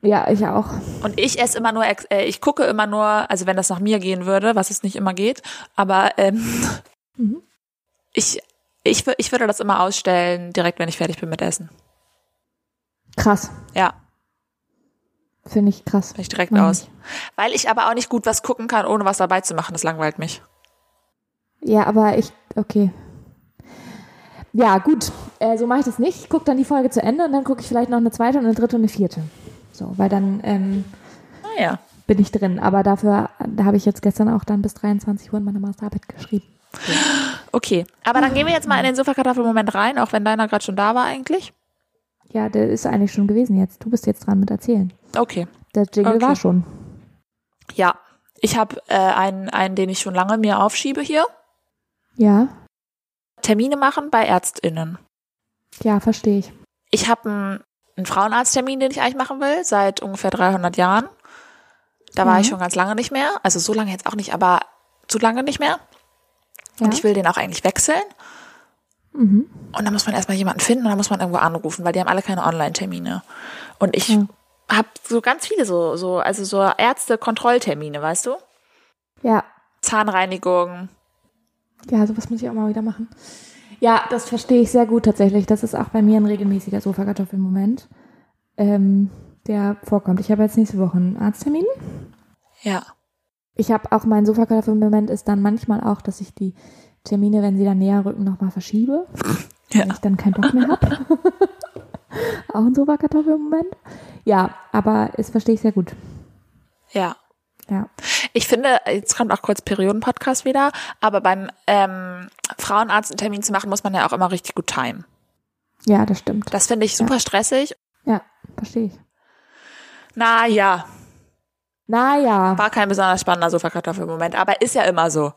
Ja, ich auch.
Und ich esse immer nur, ex- äh, ich gucke immer nur, also wenn das nach mir gehen würde, was es nicht immer geht, aber ähm,
Mhm.
ich, ich, wür- ich würde das immer ausstellen, direkt wenn ich fertig bin mit Essen.
Krass.
Ja,
Finde ich krass.
bin ich direkt
Mach
aus. Weil ich aber auch nicht gut was gucken kann, ohne was dabei zu machen. Das langweilt mich.
Ja, aber ich, okay. Ja, gut. Äh, so mache ich das nicht. Ich gucke dann die Folge zu Ende und dann gucke ich vielleicht noch eine zweite und eine dritte und eine vierte. So, weil dann ähm,
Naja.
bin ich drin. Aber dafür da habe ich jetzt gestern auch dann bis 23 Uhr in meine Masterarbeit geschrieben.
Okay. Aber dann gehen wir jetzt mal in den Sofakartoffel-Moment rein, auch wenn deiner gerade schon da war eigentlich.
Ja, der ist eigentlich schon gewesen jetzt. Du bist jetzt dran mit erzählen.
Okay.
Der Jingle
Okay.
war schon.
Ja. Ich habe äh, einen, einen, den ich schon lange mir aufschiebe hier.
Ja,
Termine machen bei ÄrztInnen.
ja, verstehe ich.
Ich habe einen, einen Frauenarzttermin, den ich eigentlich machen will, seit ungefähr 300 Jahren. Da war
Ja.
ich schon ganz lange nicht mehr. Also so lange jetzt auch nicht, aber zu lange nicht mehr.
Ja.
Und ich will den auch eigentlich wechseln.
Mhm.
Und dann muss man erstmal jemanden finden und dann muss man irgendwo anrufen, weil die haben alle keine Online-Termine. Und ich
Ja.
hab habe so ganz viele so, so, also so Ärzte-Kontrolltermine, weißt du?
Ja,
Zahnreinigung.
ja, sowas muss ich auch mal wieder machen. Ja, das verstehe ich sehr gut tatsächlich. Das ist auch bei mir ein regelmäßiger Sofakartoffelmoment, ähm, der vorkommt. Ich habe jetzt nächste Woche einen Arzttermin.
Ja.
Ich habe auch meinen Sofakartoffelmoment ist dann manchmal auch, dass ich die Termine, wenn sie dann näher rücken, nochmal verschiebe.
Ja.
wenn ich dann keinen Bock mehr habe. auch ein Sofakartoffel im Moment. Ja, aber es verstehe ich sehr gut.
Ja.
Ja.
Ich finde, jetzt kommt auch kurz Perioden-Podcast wieder, aber beim ähm, Frauenarzt einen Termin zu machen, muss man ja auch immer richtig gut timen.
Ja, das stimmt.
Das finde ich super stressig.
Ja, verstehe ich.
Na ja,
Naja,
war kein besonders spannender Sofakartoffelmoment, aber ist ja immer so.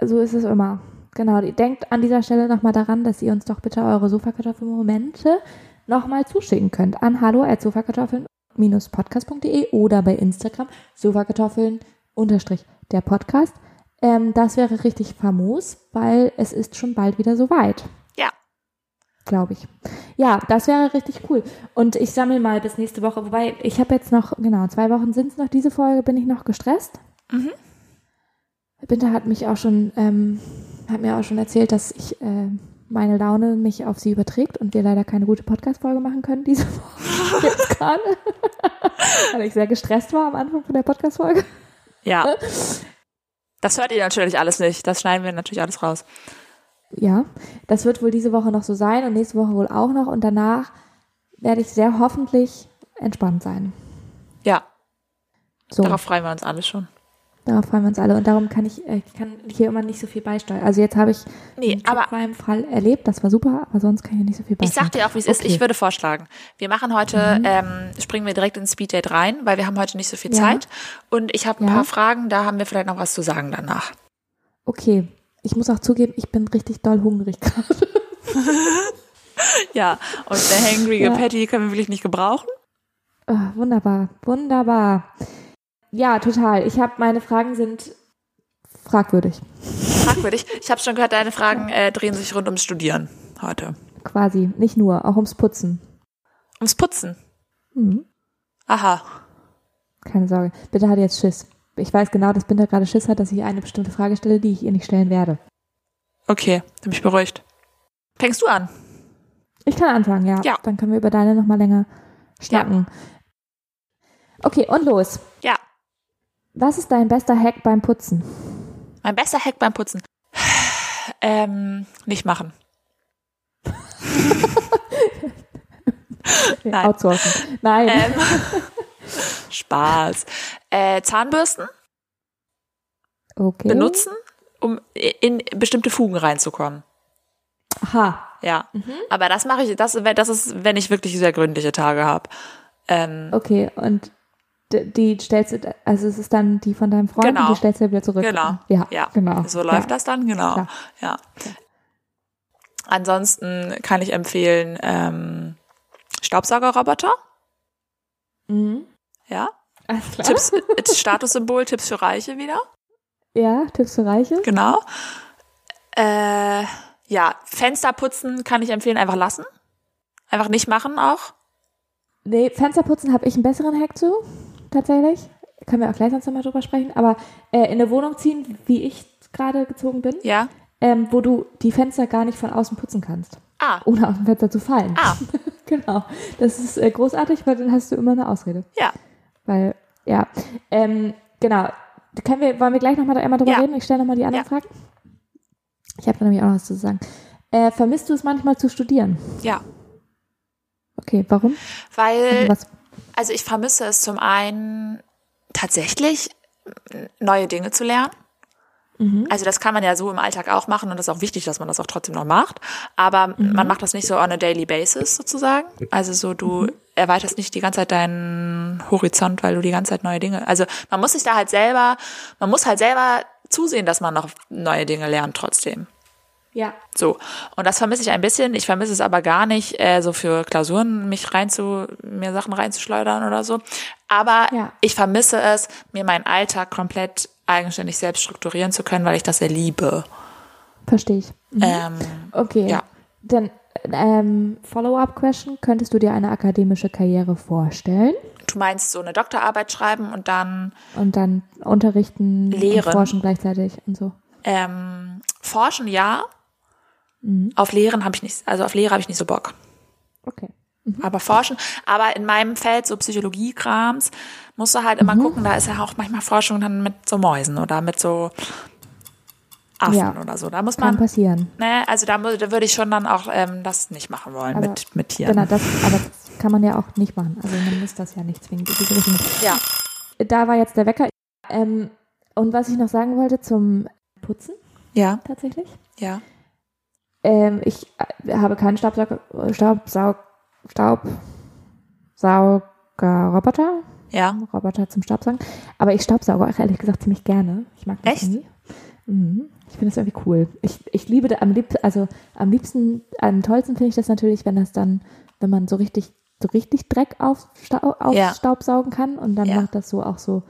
so ist es immer. Genau, denkt an dieser Stelle nochmal daran, dass ihr uns doch bitte eure Sofakartoffelmomente nochmal zuschicken könnt an hallo@sofakartoffeln-podcast.de oder bei Instagram sofakartoffeln unterstrich der Podcast. Ähm, das wäre richtig famos, weil es ist schon bald wieder soweit.
Ja.
glaube ich. Ja, das wäre richtig cool. Und ich sammle mal bis nächste Woche. Wobei, ich habe jetzt noch, genau, zwei Wochen sind es noch. Diese Folge bin ich noch gestresst.
Mhm.
Binta hat mich auch schon, ähm, hat mir auch schon erzählt, dass ich äh, meine Laune mich auf sie überträgt und wir leider keine gute Podcast-Folge machen können diese Woche. Jetzt gerade. Weil ich sehr gestresst war am Anfang von der Podcast-Folge.
Ja. Ne? Das hört ihr natürlich alles nicht. Das schneiden wir natürlich alles raus.
Ja, das wird wohl diese Woche noch so sein und nächste Woche wohl auch noch. Und danach werde ich sehr hoffentlich entspannt sein.
Ja,
So.
darauf freuen wir uns alle schon.
Darauf freuen wir uns alle. Und darum kann ich, äh, ich kann hier immer nicht so viel beisteuern. Also jetzt habe ich
Nee, aber-
einen Fall erlebt, das war super, aber sonst kann ich hier nicht so viel
Ich
beisteuern.
sag dir auch, wie es ist.
Okay.
Ich würde vorschlagen, wir machen heute, ähm, springen wir direkt ins Speed Date rein, weil wir haben heute nicht so viel
Ja.
Zeit. Und ich habe ein
Ja.
paar Fragen, da haben wir vielleicht noch was zu sagen danach.
Okay, ich muss auch zugeben, ich bin richtig doll hungrig gerade.
Ja, und der hangrige
Ja.
Patty können wir wirklich nicht gebrauchen.
Ah, wunderbar, wunderbar. Ja, total. Ich habe, meine Fragen sind fragwürdig,
Fragwürdig. Ich habe schon gehört, deine Fragen äh, drehen sich rund ums Studieren heute.
quasi. Nicht nur, auch ums Putzen.
Ums Putzen.
Hm.
Aha.
Keine Sorge. Bitte hat jetzt Schiss. Ich weiß genau, dass Binder gerade Schiss hat, dass ich ihr eine bestimmte Frage stelle, die ich ihr nicht stellen werde.
Okay, bin mich beruhigt. Fängst du an?
Ich kann anfangen, ja.
Ja.
Dann können wir über deine nochmal länger schnacken. Okay, und los.
Ja.
Was ist dein bester Hack beim Putzen?
Mein bester Hack beim Putzen. Ähm, nicht machen.
Okay,
Nein.
Outsourcen. Nein.
Ähm, Spaß. Äh, Zahnbürsten
okay.
benutzen, um in bestimmte Fugen reinzukommen.
Aha.
Ja. Aber das mache ich, das, das ist, wenn ich wirklich sehr gründliche Tage habe. Ähm,
Okay, und d- die stellst du, also es ist dann die von deinem Freund
Genau.
und die stellst du wieder zurück.
Genau.
Ja,
Ja.
genau.
So läuft
ja.
das dann, genau.
Klar.
Ja. Ansonsten kann ich empfehlen, ähm, Staubsaugerroboter.
Mhm.
Ja.
Alles klar.
Tipps, äh, Statussymbol, Tipps für Reiche wieder.
Ja, Tipps für Reiche.
Genau. Äh, ja, Fenster putzen kann ich empfehlen, einfach lassen. Einfach nicht machen auch.
Nee, Fensterputzen habe ich einen besseren Hack zu, tatsächlich. Können wir auch gleich sonst nochmal drüber sprechen. Aber äh, in eine Wohnung ziehen, wie ich gerade gezogen bin,
Ja.
ähm, wo du die Fenster gar nicht von außen putzen kannst,
Ah,
ohne aus dem Fenster zu fallen.
ah,
Genau. Das ist äh, großartig, weil dann hast du immer eine Ausrede.
ja.
Weil, ja. Ähm, genau. Können wir, wollen wir gleich nochmal einmal drüber
Ja.
reden? Ich stelle nochmal die anderen
Ja.
Fragen. Ich habe da nämlich auch noch was zu sagen. Äh, vermisst du es manchmal zu studieren?
Ja.
Okay, warum?
Weil
Was?
Also ich vermisse es zum einen tatsächlich, neue Dinge zu lernen.
Mhm.
Also das kann man ja so im Alltag auch machen und das ist auch wichtig, dass man das auch trotzdem noch macht. Aber man macht das nicht so on a daily basis sozusagen. Also so du erweiterst nicht die ganze Zeit deinen Horizont, weil du die ganze Zeit neue Dinge. Also man muss sich da halt selber, man muss halt selber zusehen, dass man noch neue Dinge lernt trotzdem.
Ja.
So, und das vermisse ich ein bisschen. Ich vermisse es aber gar nicht, äh, so für Klausuren mich rein zu, mir Sachen reinzuschleudern oder so. Aber
Ja.
ich vermisse es, mir meinen Alltag komplett eigenständig selbst strukturieren zu können, weil ich das sehr liebe.
Verstehe ich.
Ähm,
Okay.
Ja.
Dann ähm, Follow-up-Question. Könntest du dir eine akademische Karriere vorstellen?
Du meinst so eine Doktorarbeit schreiben und dann
Und dann unterrichten
Lehren.
und forschen gleichzeitig und so.
ähm, forschen, ja. Auf Lehren habe ich nicht, also auf Lehre habe ich nicht so Bock.
Okay.
aber forschen. Aber in meinem Feld, so Psychologiekrams, musst du halt immer
Mhm.
gucken, da ist ja auch manchmal Forschung dann mit so Mäusen oder mit so Affen
Ja.
oder so. Da muss
Kann
man,
passieren.
ne, also da, mu- da würde ich schon dann auch ähm, das nicht machen wollen
Aber-
mit, mit Tieren.
Genau, das, aber das kann man ja auch nicht machen. Also man muss das ja nicht zwingend in diese Richtung.
Ja.
Da war jetzt der Wecker. Ähm, und was ich noch sagen wollte zum Putzen
Ja,
tatsächlich.
ja.
Ähm, ich äh, habe keinen Staubsauger, Staubsaug, Staubsaugerroboter.
Ja,
Roboter zum Staubsaugen. Aber ich staubsauge auch ehrlich gesagt ziemlich gerne. Ich mag das
Echt?
irgendwie. Mhm. Ich finde das irgendwie cool. Ich, ich liebe da am liebsten, also am liebsten, am tollsten finde ich das natürlich, wenn das dann, wenn man so richtig, so richtig Dreck auf, Stau, auf
Ja.
Staubsaugen kann und dann
Ja.
macht das so auch so.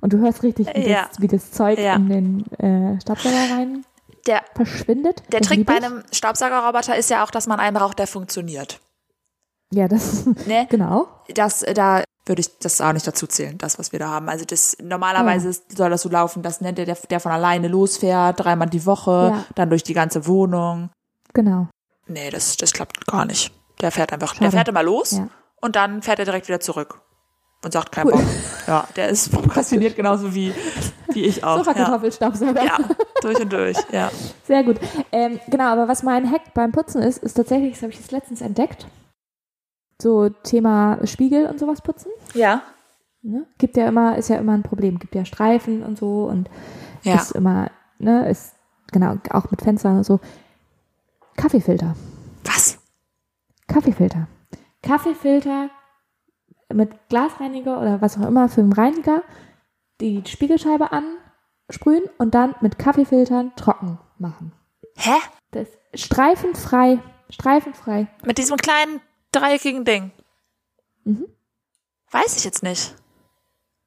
Und du hörst richtig, wie,
Ja.
das, wie das Zeug
Ja.
in den äh, Staubsauger rein
Der,
verschwindet.
der
Das
Trick
liebe
bei
ich.
einem Staubsaugerroboter ist ja auch, dass man einen braucht, der funktioniert.
Ja, das
Ne?
genau.
Das, äh, da würde ich das auch nicht dazu zählen, das, was wir da haben. Also das normalerweise ist, soll das so laufen, dass ne, der, der von alleine losfährt, dreimal die Woche,
Ja.
dann durch die ganze Wohnung.
Genau.
Nee, das, das klappt gar nicht. Der fährt einfach, der
Schade.
fährt immer los
Ja.
und dann fährt er direkt wieder zurück und sagt kein
Cool.
Bock. Ja, der ist prokrastiniert genauso wie, wie ich auch. ja.
Sofakartoffelstaubsauger.
ja, durch und durch. Ja.
Sehr gut. Ähm, genau, aber was mein Hack beim Putzen ist, ist tatsächlich, das habe ich jetzt letztens entdeckt, so Thema Spiegel und sowas putzen.
Ja.
Ne? Gibt ja immer, ist ja immer ein Problem. Gibt ja Streifen und so und
Ja.
ist immer, ne, ist, genau, auch mit Fenstern und so. Kaffeefilter.
Was?
Kaffeefilter. Kaffeefilter mit Glasreiniger oder was auch immer für einen Reiniger, die Spiegelscheibe ansprühen und dann mit Kaffeefiltern trocken machen.
Hä?
Das streifenfrei, streifenfrei.
Mit diesem kleinen dreieckigen Ding?
Mhm.
Weiß ich jetzt nicht.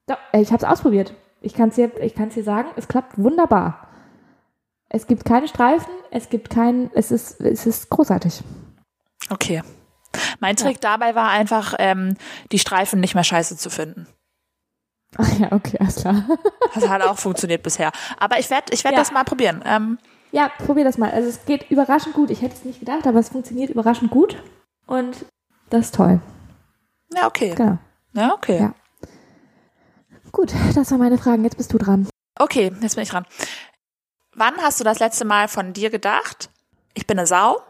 So, äh, ich habe es ausprobiert. Ich kann es dir, ich kann's dir sagen, es klappt wunderbar. Es gibt keine Streifen, es gibt keinen, es ist, es ist großartig.
Okay. Mein Trick dabei war einfach, ähm, die Streifen nicht mehr scheiße zu finden.
Ach Ah ja, okay, alles klar.
Das hat auch funktioniert bisher. Aber ich werde ich werd
Ja.
das mal probieren. Ähm,
Ja, probier das mal. Also es geht überraschend gut. Ich hätte es nicht gedacht, aber es funktioniert überraschend gut. Und das ist toll.
ja, okay.
Genau.
Ja, okay.
Ja. Gut, das waren meine Fragen. Jetzt bist du dran.
Okay, jetzt bin ich dran. Wann hast du das letzte Mal von dir gedacht, ich bin eine Sau,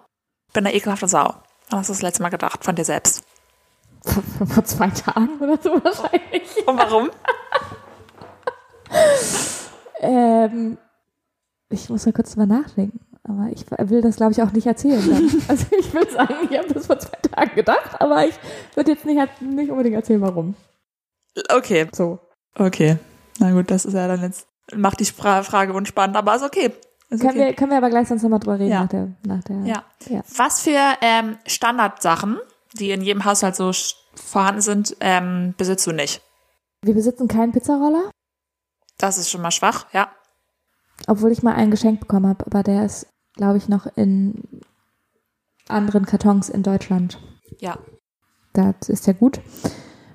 ich bin eine ekelhafte Sau? Wann hast du das letzte Mal gedacht von dir selbst?
Vor zwei Tagen oder so wahrscheinlich.
Und warum?
Ähm, ich muss mal kurz drüber nachdenken. Aber ich will das, glaube ich, auch nicht erzählen. Dann. Also ich will sagen, ich habe das vor zwei Tagen gedacht, aber ich würde jetzt nicht, nicht unbedingt erzählen, warum.
Okay.
So.
Okay. Na gut, das ist ja dann jetzt, macht die Spra- Frage unspannend, aber ist okay. Ist
Können,
okay.
wir, können wir aber gleich sonst nochmal drüber reden
Ja.
nach der, nach der
Ja.
Ja.
Was für ähm, Standardsachen, die in jedem Haushalt so sch- vorhanden sind, ähm, besitzt du nicht?
Wir besitzen keinen Pizzaroller,
Das ist schon mal schwach, ja.
obwohl ich mal einen geschenkt bekommen habe, aber der ist, glaube ich, noch in anderen Kartons in Deutschland.
Ja.
Das ist ja gut.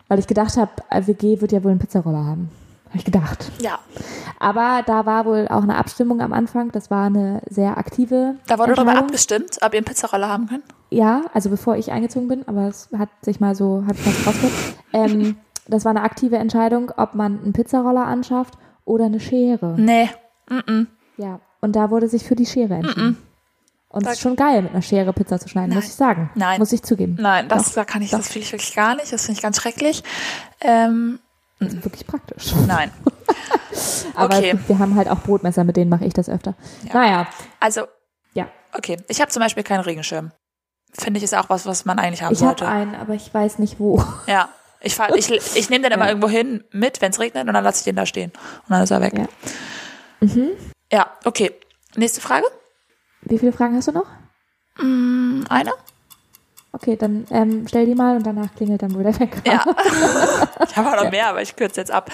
Weil ich gedacht habe, WG wird ja wohl einen Pizzaroller haben. Habe ich gedacht.
Ja.
Aber da war wohl auch eine Abstimmung am Anfang. Das war eine sehr aktive.
Da wurde darüber
Entscheidung.
abgestimmt, ob ihr einen Pizzaroller haben könnt.
Ja, also bevor ich eingezogen bin, aber es hat sich mal so, hat was rausgehört. ähm, das war eine aktive Entscheidung, ob man einen Pizzaroller anschafft oder eine Schere.
Nee. Mm -mm.
Ja. Und da wurde sich für die Schere
Mhm.
entschieden. Und es ist schon geil, mit einer Schere Pizza zu schneiden, muss
Nein.
ich sagen.
Nein.
Muss ich zugeben.
Nein, das
Doch,
da kann ich, das fühle ich wirklich gar nicht. Das finde ich ganz schrecklich. Ähm,
das ist wirklich praktisch.
nein.
Aber
Okay.
wir haben halt auch Brotmesser, mit denen mache ich das öfter.
Ja.
Naja,
Also,
Ja.
Okay. Ich habe zum Beispiel keinen Regenschirm. Finde ich ist auch was, was man eigentlich haben
ich habe
sollte.
einen, aber ich weiß nicht wo.
ja. Ich, fahr- ich, ich nehme den immer
Ja.
irgendwo hin mit, wenn es regnet, und dann lasse ich den da stehen. Und dann ist er weg.
Ja.
Ja, okay. Nächste Frage.
Wie viele Fragen hast du noch?
Hm, Eine?
Okay, dann ähm, stell die mal und danach klingelt dann wohl der Wecker.
Ja. ich habe auch noch mehr, aber ich kürze jetzt ab.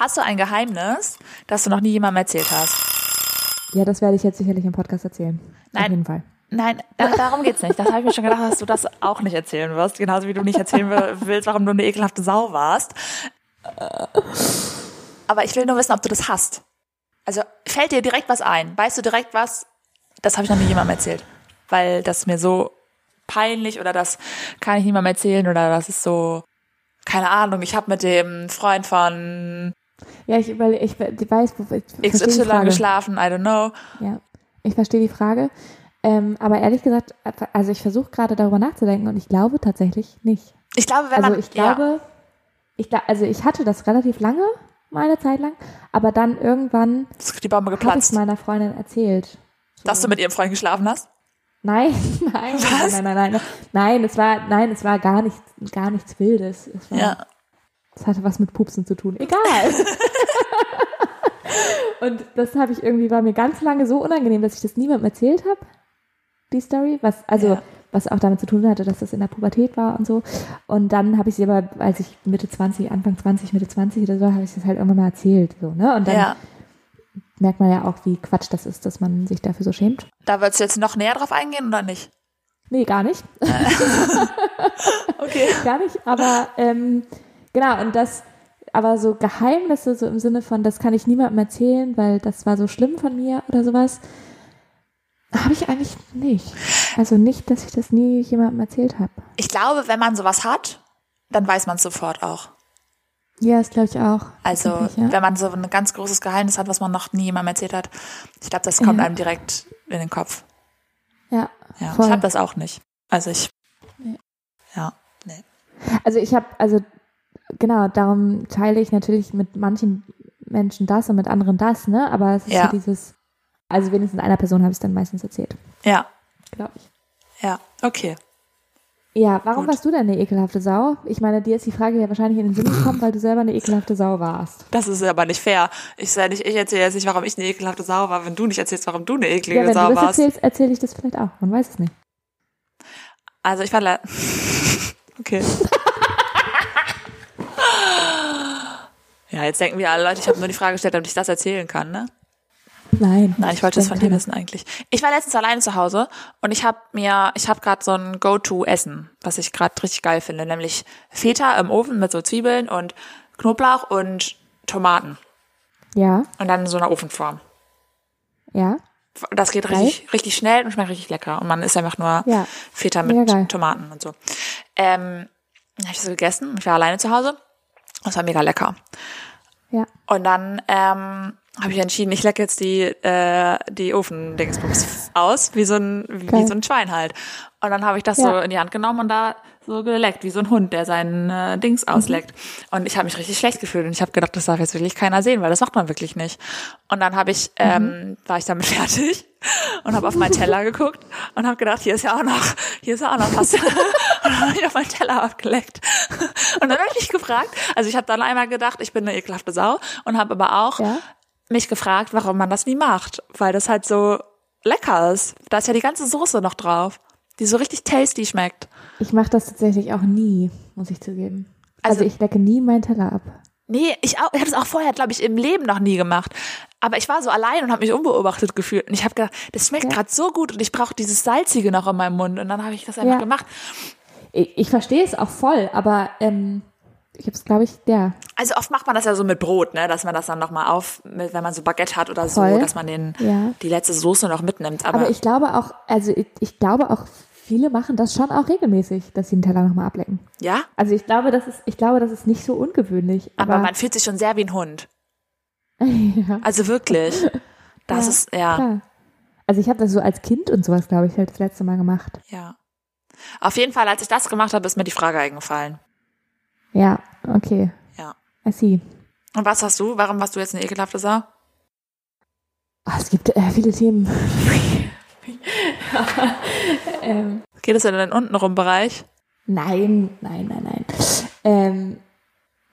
Hast du ein Geheimnis, das du noch nie jemandem erzählt hast?
Ja, das werde ich jetzt sicherlich im Podcast erzählen.
Nein.
Auf jeden Fall.
Nein, da, darum geht's nicht. Das habe ich mir schon gedacht, dass du das auch nicht erzählen wirst. Genauso wie du nicht erzählen wi- willst, warum du eine ekelhafte Sau warst. Äh, Aber ich will nur wissen, ob du das hast. Also fällt dir direkt was ein? Weißt du direkt was? Das habe ich noch nie jemandem erzählt. Weil das mir so peinlich oder das kann ich niemandem erzählen oder das ist so, keine Ahnung, ich habe mit dem Freund von
Ja, ich überlege, ich we- die weiß, wo- ich verstehe die
XY
Frage.
geschlafen, I don't know.
Ja, ich verstehe die Frage. Ähm, aber ehrlich gesagt, also ich versuche gerade darüber nachzudenken und ich glaube tatsächlich nicht.
Ich glaube, wenn
Also
man,
ich glaube, ich gla- also ich hatte das relativ lange, mal eine Zeit lang, aber dann irgendwann
ja, ist die Bombe
habe ich
geplatzt,
meiner Freundin erzählt.
dass du mit ihrem Freund geschlafen hast.
Nein, nein,
Was?
nein, nein, nein, nein. Nein, es war, nein, es war gar nichts, gar nichts Wildes. Es war,
Ja.
Das hatte was mit Pupsen zu tun. Egal. und das habe ich irgendwie, war mir ganz lange so unangenehm, dass ich das niemandem erzählt habe, die Story. Was, also,
Ja.
was auch damit zu tun hatte, dass das in der Pubertät war und so. Und dann habe ich sie aber, als ich Mitte 20, Anfang 20, Mitte 20 oder so, habe ich das halt irgendwann mal erzählt. So, ne? Und dann
ja.
merkt man ja auch, wie Quatsch das ist, dass man sich dafür so schämt.
Da würdest du jetzt noch näher drauf eingehen oder nicht?
Nee, gar nicht.
Okay.
gar nicht, aber ähm, genau, und das, aber so Geheimnisse, so im Sinne von, das kann ich niemandem erzählen, weil das war so schlimm von mir oder sowas, habe ich eigentlich nicht. Also nicht, dass ich das nie jemandem erzählt habe.
Ich glaube, wenn man sowas hat, dann weiß man es sofort auch.
Ja, das glaube ich auch.
Also,
Wirklich, ja?
wenn man so ein ganz großes Geheimnis hat, was man noch nie jemandem erzählt hat, ich glaube, das kommt
Ja.
einem direkt in den Kopf.
Ja.
Ja.
Voll.
Ich habe das auch nicht. Also ich.
Nee.
Ja.
Also ich habe, also genau, darum teile ich natürlich mit manchen Menschen das und mit anderen das, ne? Aber es ist
Ja.
so dieses, also wenigstens einer Person habe ich es dann meistens erzählt,
Ja.
glaube ich.
Ja. Okay.
Ja, warum
Gut.
warst du denn eine ekelhafte Sau? Ich meine, dir ist die Frage ja wahrscheinlich in den Sinn gekommen, weil du selber eine ekelhafte Sau warst.
Das ist aber nicht fair. Ich sage nicht, ich erzähle jetzt nicht, warum ich eine ekelhafte Sau war, wenn du nicht erzählst, warum du eine eklige
Ja, wenn
Sau
du das
warst.
erzählst, erzähle ich das vielleicht auch. Man weiß es nicht.
Also ich war le Okay. ja, jetzt denken wir alle Leute, ich habe nur die Frage gestellt, damit ich das erzählen kann, ne?
Nein.
Nein, ich wollte das von dir
denke,
wissen eigentlich. Ich war letztens alleine zu Hause und ich habe mir, ich habe gerade so ein Go-To-Essen, was ich gerade richtig geil finde, nämlich Feta im Ofen mit so Zwiebeln und Knoblauch und Tomaten
Ja,
und dann in so einer Ofenform.
ja.
Das geht richtig, richtig schnell und schmeckt richtig lecker. Und man isst einfach nur
Ja.
Feta
Mega
mit
geil.
Tomaten und so. Ähm, dann habe ich das gegessen. Ich war alleine zu Hause. Das war mega lecker.
Ja.
Und dann ähm, habe ich entschieden, ich lecke jetzt die, äh, die Ofen-Dingsbums aus, wie so, ein, wie
Geil.
so ein Schwein halt. Und dann habe ich das
Ja.
so in die Hand genommen und da so geleckt, wie so ein Hund, der seinen äh, Dings ausleckt. Und ich habe mich richtig schlecht gefühlt und ich habe gedacht, das darf jetzt wirklich keiner sehen, weil das macht man wirklich nicht. Und dann habe ich, ähm, war ich damit fertig und habe auf meinen Teller geguckt und habe gedacht, hier ist ja auch noch, hier ist ja auch noch was. und dann habe ich auf meinen Teller abgeleckt. Und dann habe ich mich gefragt, also ich habe dann einmal gedacht, ich bin eine ekelhafte Sau und habe aber auch
Ja.
mich gefragt, warum man das nie macht, weil das halt so lecker ist. Da ist ja die ganze Soße noch drauf, die so richtig tasty schmeckt.
Ich mache das tatsächlich auch nie, muss ich zugeben. Also,
Also-
ich lecke nie meinen Teller ab.
Nee, ich, auch- ich habe das auch vorher, glaube ich, im Leben noch nie gemacht. Aber ich war so allein und habe mich unbeobachtet gefühlt. Und ich habe gedacht, das schmeckt
Ja.
gerade so gut und ich brauche dieses Salzige noch in meinem Mund. Und dann habe ich das einfach
Ja.
gemacht.
Ich, ich verstehe es auch voll, aber ähm, ich habe es, glaube ich, ja.
Also oft macht man das ja so mit Brot, ne? dass man das dann nochmal auf, mit- wenn man so Baguette hat oder so,
Voll.
dass man den,
Ja.
die letzte Soße noch mitnimmt. Aber,
Aber, ich glaube auch, also ich, ich glaube auch, viele machen das schon auch regelmäßig, dass sie den Teller nochmal ablecken.
ja,
Also ich glaube, das ist, ich glaube, das ist nicht so ungewöhnlich.
aber,
Aber,
man fühlt sich schon sehr wie ein Hund.
ja,
Also wirklich. Das
Ja,
ist, ja.
klar. Also ich habe das so als Kind und sowas, glaube ich, halt das letzte Mal gemacht.
Ja. Auf jeden Fall, als ich das gemacht habe, ist mir die Frage eingefallen.
Ja, okay.
Ja.
I see.
Und was hast du? Warum warst du jetzt eine ekelhafte Sau?
Oh, es gibt äh, viele Themen. ähm,
Geht es in den untenrum Bereich?
nein, nein, nein, nein. Ähm,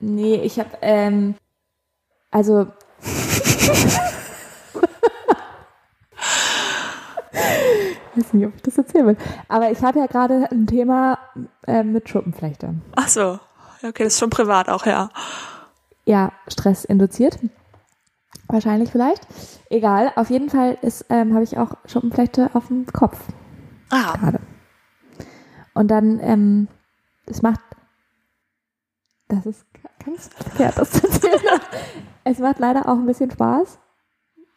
nee, ich habe, ähm, also ich weiß nicht, ob ich das erzählen will. Aber ich habe ja gerade ein Thema äh, mit Schuppenflechte.
Ach so. Ja, Okay, das ist schon privat auch, ja.
ja, Stress induziert. Wahrscheinlich vielleicht. Egal, auf jeden Fall ist, ähm, habe ich auch Schuppenflechte auf dem Kopf.
Ah,
gerade. Und dann, ähm, es macht, das ist ganz verkehrt, das zu erzählen. Es macht leider auch ein bisschen Spaß.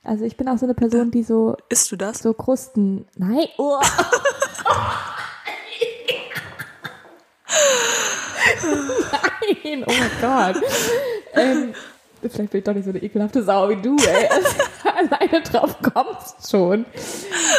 Also ich bin auch so eine Person, die so,
isst du das?
so Krusten, nein, oh. nein, oh mein Gott. Ähm, vielleicht bin ich doch nicht so eine ekelhafte Sau wie du, ey. Also, Alleine drauf kommst schon.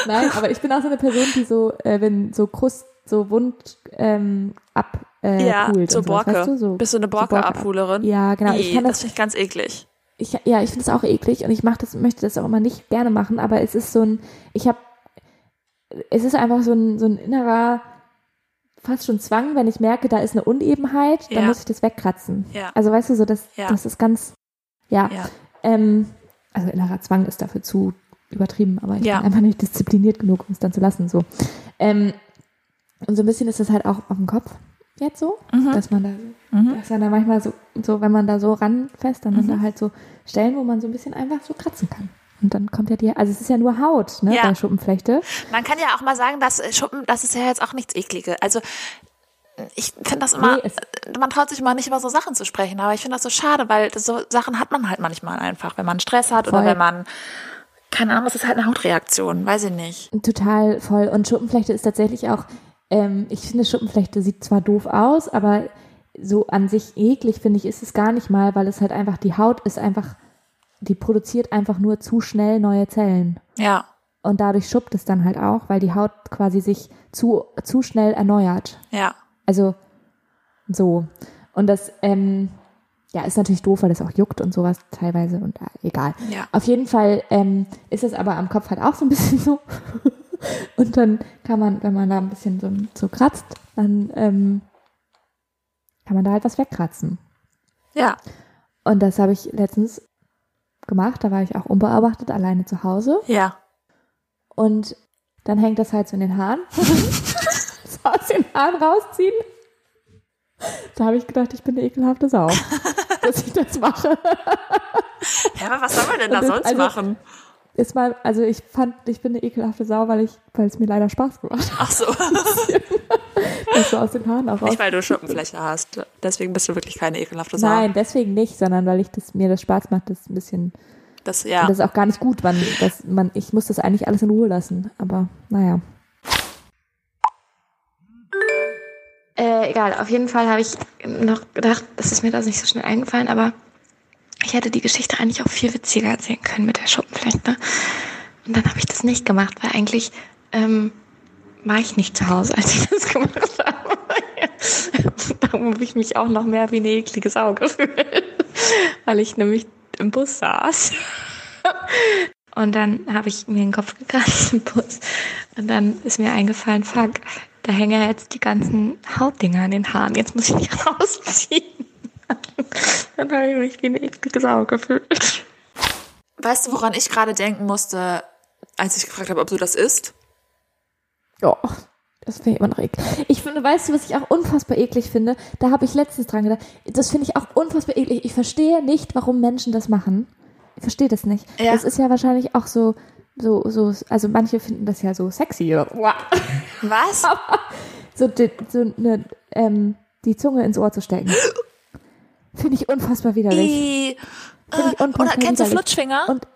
Nein, aber ich bin auch so eine Person, die so, äh, wenn so Krust, so Wund ähm, ab, äh,
ja,
poolt
so
und sowas,
Borke.
Weißt du? so,
Bist du eine Borke-Abholerin?
Ja, genau. Ich
Ih,
kann
das
das
finde ich ganz eklig.
ich, ja, ich finde es auch eklig und ich mach das, möchte das auch immer nicht gerne machen, aber es ist so ein, ich habe, es ist einfach so ein, so ein innerer, fast schon Zwang, wenn ich merke, da ist eine Unebenheit, dann
Ja.
muss ich das wegkratzen.
Ja.
Also weißt du, so das,
Ja.
das ist ganz, ja,
Ja.
Ähm, also innerer Zwang ist dafür zu übertrieben, aber ich
Ja.
bin einfach nicht diszipliniert genug, um es dann zu lassen. So. Ähm, und so ein bisschen ist das halt auch auf dem Kopf jetzt so, dass man da
Mhm.
dass man da manchmal so, so, wenn man da so ranfasst, dann sind da halt so Stellen, wo man so ein bisschen einfach so kratzen kann. Und dann kommt ja die, also es ist ja nur Haut, ne,
Ja.
bei Schuppenflechte.
Man kann ja auch mal sagen, dass äh, Schuppen, das ist ja jetzt auch nichts Ekliges. Also ich finde das immer,
Nee, es-
äh, man traut sich mal nicht über so Sachen zu sprechen, aber ich finde das so schade, weil das so Sachen hat man halt manchmal einfach, wenn man Stress hat oder
Voll.
wenn man, keine Ahnung, es ist halt eine Hautreaktion, weiß ich nicht.
Total voll. Und Schuppenflechte ist tatsächlich auch, ähm, ich finde, Schuppenflechte sieht zwar doof aus, aber so an sich eklig, finde ich, ist es gar nicht mal, weil es halt einfach, die Haut ist einfach, die produziert einfach nur zu schnell neue Zellen.
Ja,
Und dadurch schuppt es dann halt auch, weil die Haut quasi sich zu, zu schnell erneuert.
ja,
Also so. Und das ähm, ja, ist natürlich doof, weil das auch juckt und sowas teilweise und äh, egal.
Ja.
Auf jeden Fall ähm, ist es aber am Kopf halt auch so ein bisschen so. und dann kann man, wenn man da ein bisschen so, so kratzt, dann ähm, kann man da halt was wegkratzen.
ja.
Und das habe ich letztens gemacht. Da war ich auch unbeobachtet alleine zu Hause.
Ja.
Und dann hängt das halt so in den Haaren. so aus den Haaren rausziehen. Da habe ich gedacht, ich bin eine ekelhafte Sau, dass ich das mache.
Ja, aber was soll man denn da
Das ist
sonst
also-
machen?
Ist mal, also ich fand, ich bin eine ekelhafte Sau, weil ich, weil es mir leider Spaß gemacht hat,
Ach so,
das so aus den Haaren auch raus.
nicht weil du Schuppenfläche hast. Deswegen bist du wirklich keine ekelhafte Sau.
Nein, deswegen nicht, sondern weil ich das mir das Spaß macht, das ein bisschen.
Das, ja.
Und das ist auch gar nicht gut, wann das man ich muss das eigentlich alles in Ruhe lassen, aber naja.
Äh, egal, auf jeden Fall habe ich noch gedacht, das ist mir das nicht so schnell eingefallen, aber ich hätte die Geschichte eigentlich auch viel witziger erzählen können mit der Schuppenflechte. Und dann habe ich das nicht gemacht, weil eigentlich ähm, war ich nicht zu Hause, als ich das gemacht habe. Darum habe ich mich auch noch mehr wie eine eklige Sau gefühlt, weil ich nämlich im Bus saß. Und dann habe ich mir den Kopf gekratzt im Bus. Und dann ist mir eingefallen, fuck, da hängen ja jetzt die ganzen Hautdinger an den Haaren. Jetzt muss ich die rausziehen. dann habe ich mich wie eine eklige Sau gefühlt.
Weißt du, woran ich gerade denken musste, als ich gefragt habe, ob du das isst?
Ja, das finde ich immer noch eklig. Ich finde, weißt du, was ich auch unfassbar eklig finde? Da habe ich letztens dran gedacht. Das finde ich auch unfassbar eklig. Ich verstehe nicht, warum Menschen das machen. Ich verstehe das nicht.
Ja.
Das ist ja wahrscheinlich auch so, so, so, also manche finden das ja so sexy. oder so.
Was?
So, die, so eine, ähm, die Zunge ins Ohr zu stecken. Finde ich unfassbar widerlich.
I,
Finde ich
E. äh,
unfassbar
oder kennst du
widerlich.
Flutschfinger?
Und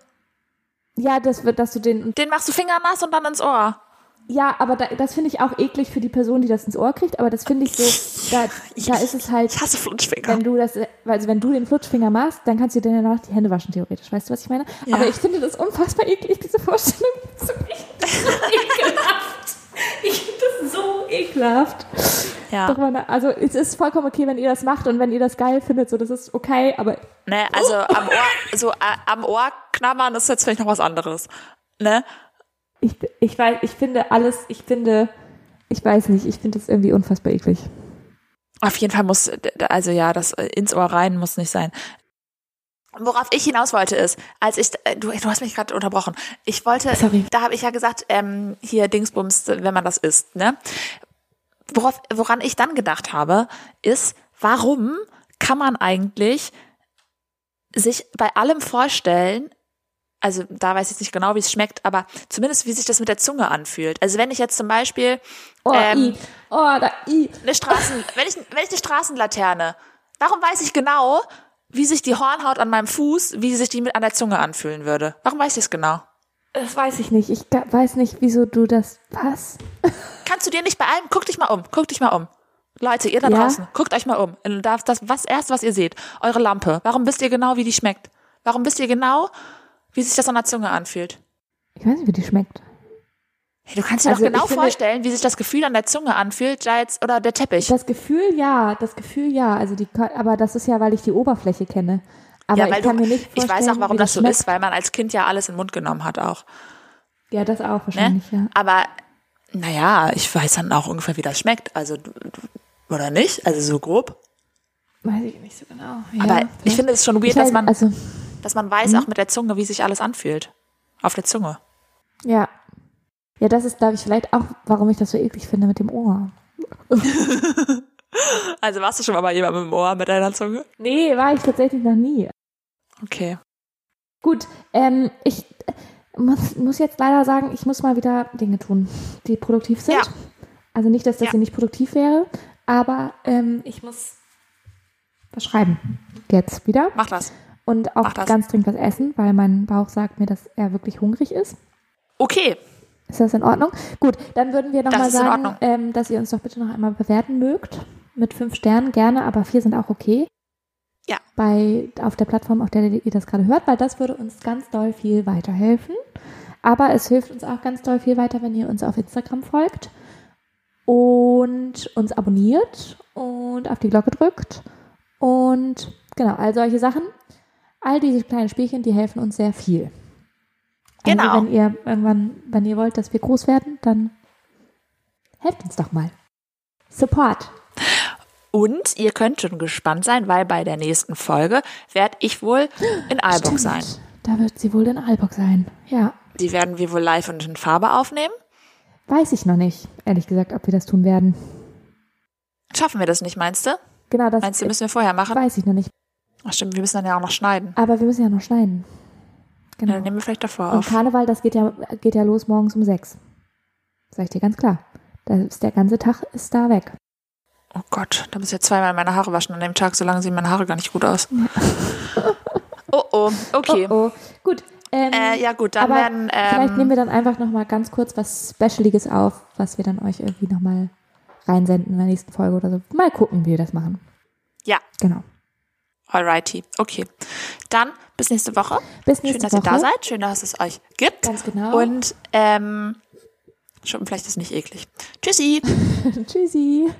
ja, das wird, dass du den
Den machst du fingernass und dann ins Ohr.
Ja, aber da, das finde ich auch eklig für die Person, die das ins Ohr kriegt, aber das finde ich so, da, da ist es halt,
Ich hasse Flutschfinger.
wenn du das, also wenn du den Flutschfinger machst, dann kannst du dir danach die Hände waschen, theoretisch. Weißt du, was ich meine?
Ja.
Aber ich finde das unfassbar eklig, diese Vorstellung. Das ist echt ekelhaft. Ich finde das so ekelhaft. Doch,
Ja.
meine, also es ist vollkommen okay, wenn ihr das macht und wenn ihr das geil findet, so das ist okay, aber
Ne, also am Ohr, so äh, am Ohr knabbern ist jetzt vielleicht noch was anderes. Ne?
ich, ich weiß, ich finde alles, ich finde, ich weiß nicht, ich finde das irgendwie unfassbar eklig.
Auf jeden Fall muss, also ja, das äh, ins Ohr rein muss nicht sein. Worauf ich hinaus wollte ist, als ich, äh, du, du hast mich gerade unterbrochen. Ich wollte,
Sorry.
da habe ich ja gesagt, ähm, hier Dingsbums, wenn man das isst, ne? Worauf, woran ich dann gedacht habe, ist, warum kann man eigentlich sich bei allem vorstellen, also da weiß ich jetzt nicht genau, wie es schmeckt, aber zumindest wie sich das mit der Zunge anfühlt. Also wenn ich jetzt zum Beispiel
Oh,
ähm,
i. Oh, da, i.
eine Straßen, wenn ich, wenn ich eine Straßenlaterne, warum weiß ich genau, wie sich die Hornhaut an meinem Fuß, wie sich die mit an der Zunge anfühlen würde? Warum weiß ich es genau?
Das weiß ich nicht. Ich ga- weiß nicht, wieso du das. Was?
Kannst du dir nicht bei allem, guck dich mal um, guck dich mal um. Leute, ihr da
Ja?
draußen, guckt euch mal um. Und Das, das, was erst, was ihr seht, eure Lampe. Warum wisst ihr genau, wie die schmeckt? Warum wisst ihr genau, wie sich das an der Zunge anfühlt?
Ich weiß nicht, wie die schmeckt.
Hey, du kannst dir
Also,
doch genau
ich finde-
vorstellen, wie sich das Gefühl an der Zunge anfühlt, da jetzt, oder der Teppich.
Das Gefühl ja, das Gefühl ja. Also die, Ka- aber das ist ja, weil ich die Oberfläche kenne. Aber
ja, weil
ich kann
du,
mir nicht
ich
vorstellen,
weiß auch, warum
wie
das so
schmeckt.
ist, weil man als Kind ja alles in den Mund genommen hat auch.
Ja, das auch
Ne?
wahrscheinlich, ja.
Aber naja, ich weiß dann auch ungefähr, wie das schmeckt. Also, du- du- oder nicht? Also so grob.
Weiß ich nicht so genau.
Aber ich finde es schon weird, dass man,
Also,
dass man weiß auch mit der Zunge, wie sich alles anfühlt. Auf der Zunge.
ja. Ja, das ist, glaube ich, vielleicht auch, warum ich das so eklig finde mit dem Ohr.
Also warst du schon mal bei jemandem im Ohr mit deiner Zunge?
Nee, war ich tatsächlich noch nie.
Okay.
Gut, ähm, ich äh, muss, muss jetzt leider sagen, ich muss mal wieder Dinge tun, die produktiv sind.
Ja.
Also nicht, dass das
Ja.
hier nicht produktiv wäre, aber ähm, ich muss was schreiben. Jetzt wieder.
Mach das.
Und auch
Mach das.
ganz dringend was essen, weil mein Bauch sagt mir, dass er wirklich hungrig ist.
Okay.
Ist das in Ordnung? Gut, dann würden wir
Das
nochmal
ist in
sagen,
Ordnung.
ähm, dass ihr uns doch bitte noch einmal bewerten mögt. Mit fünf Sternen gerne, aber vier sind auch okay.
Ja.
Bei, auf der Plattform, auf der ihr das gerade hört, weil das würde uns ganz doll viel weiterhelfen. Aber es hilft uns auch ganz doll viel weiter, wenn ihr uns auf Instagram folgt und uns abonniert und auf die Glocke drückt. Und genau, all solche Sachen. All diese kleinen Spielchen, die helfen uns sehr viel.
Genau.
Also wenn ihr irgendwann, wenn ihr wollt, dass wir groß werden, dann helft uns doch mal. Support.
Und ihr könnt schon gespannt sein, weil bei der nächsten Folge werde ich wohl in Aalborg sein.
Stimmt. Da wird sie wohl in Alburg sein. Ja.
Die werden wir wohl live und in Farbe aufnehmen.
Weiß ich noch nicht, ehrlich gesagt, ob wir das tun werden.
Schaffen wir das nicht, meinst du?
Genau, das
Meinst du, müssen wir vorher machen?
weiß ich noch nicht.
Ach stimmt, wir müssen dann ja auch noch schneiden.
Aber wir müssen ja noch schneiden.
Ja,
Genau.
dann nehmen wir vielleicht davor
Und
auf.
Karneval, das geht ja, geht ja los morgens um sechs. Sag ich dir ganz klar. Da ist der ganze Tag ist da weg.
Oh Gott, da muss ich ja zweimal meine Haare waschen an dem Tag, solange sehen meine Haare gar nicht gut aus. Oh oh, okay.
Oh, oh. Gut. Ähm,
Äh, ja gut, dann
aber
werden
vielleicht nehmen
ähm,
wir dann einfach nochmal ganz kurz was Specialiges auf, was wir dann euch irgendwie nochmal reinsenden in der nächsten Folge oder so. Mal gucken, wie wir das machen.
ja,
Genau.
alrighty, okay. Dann bis nächste Woche.
Bis
Schön,
nächste
dass
Woche.
ihr da seid. Schön, dass es euch gibt.
Ganz genau.
Und ähm, schon vielleicht ist nicht eklig. Tschüssi.
Tschüssi.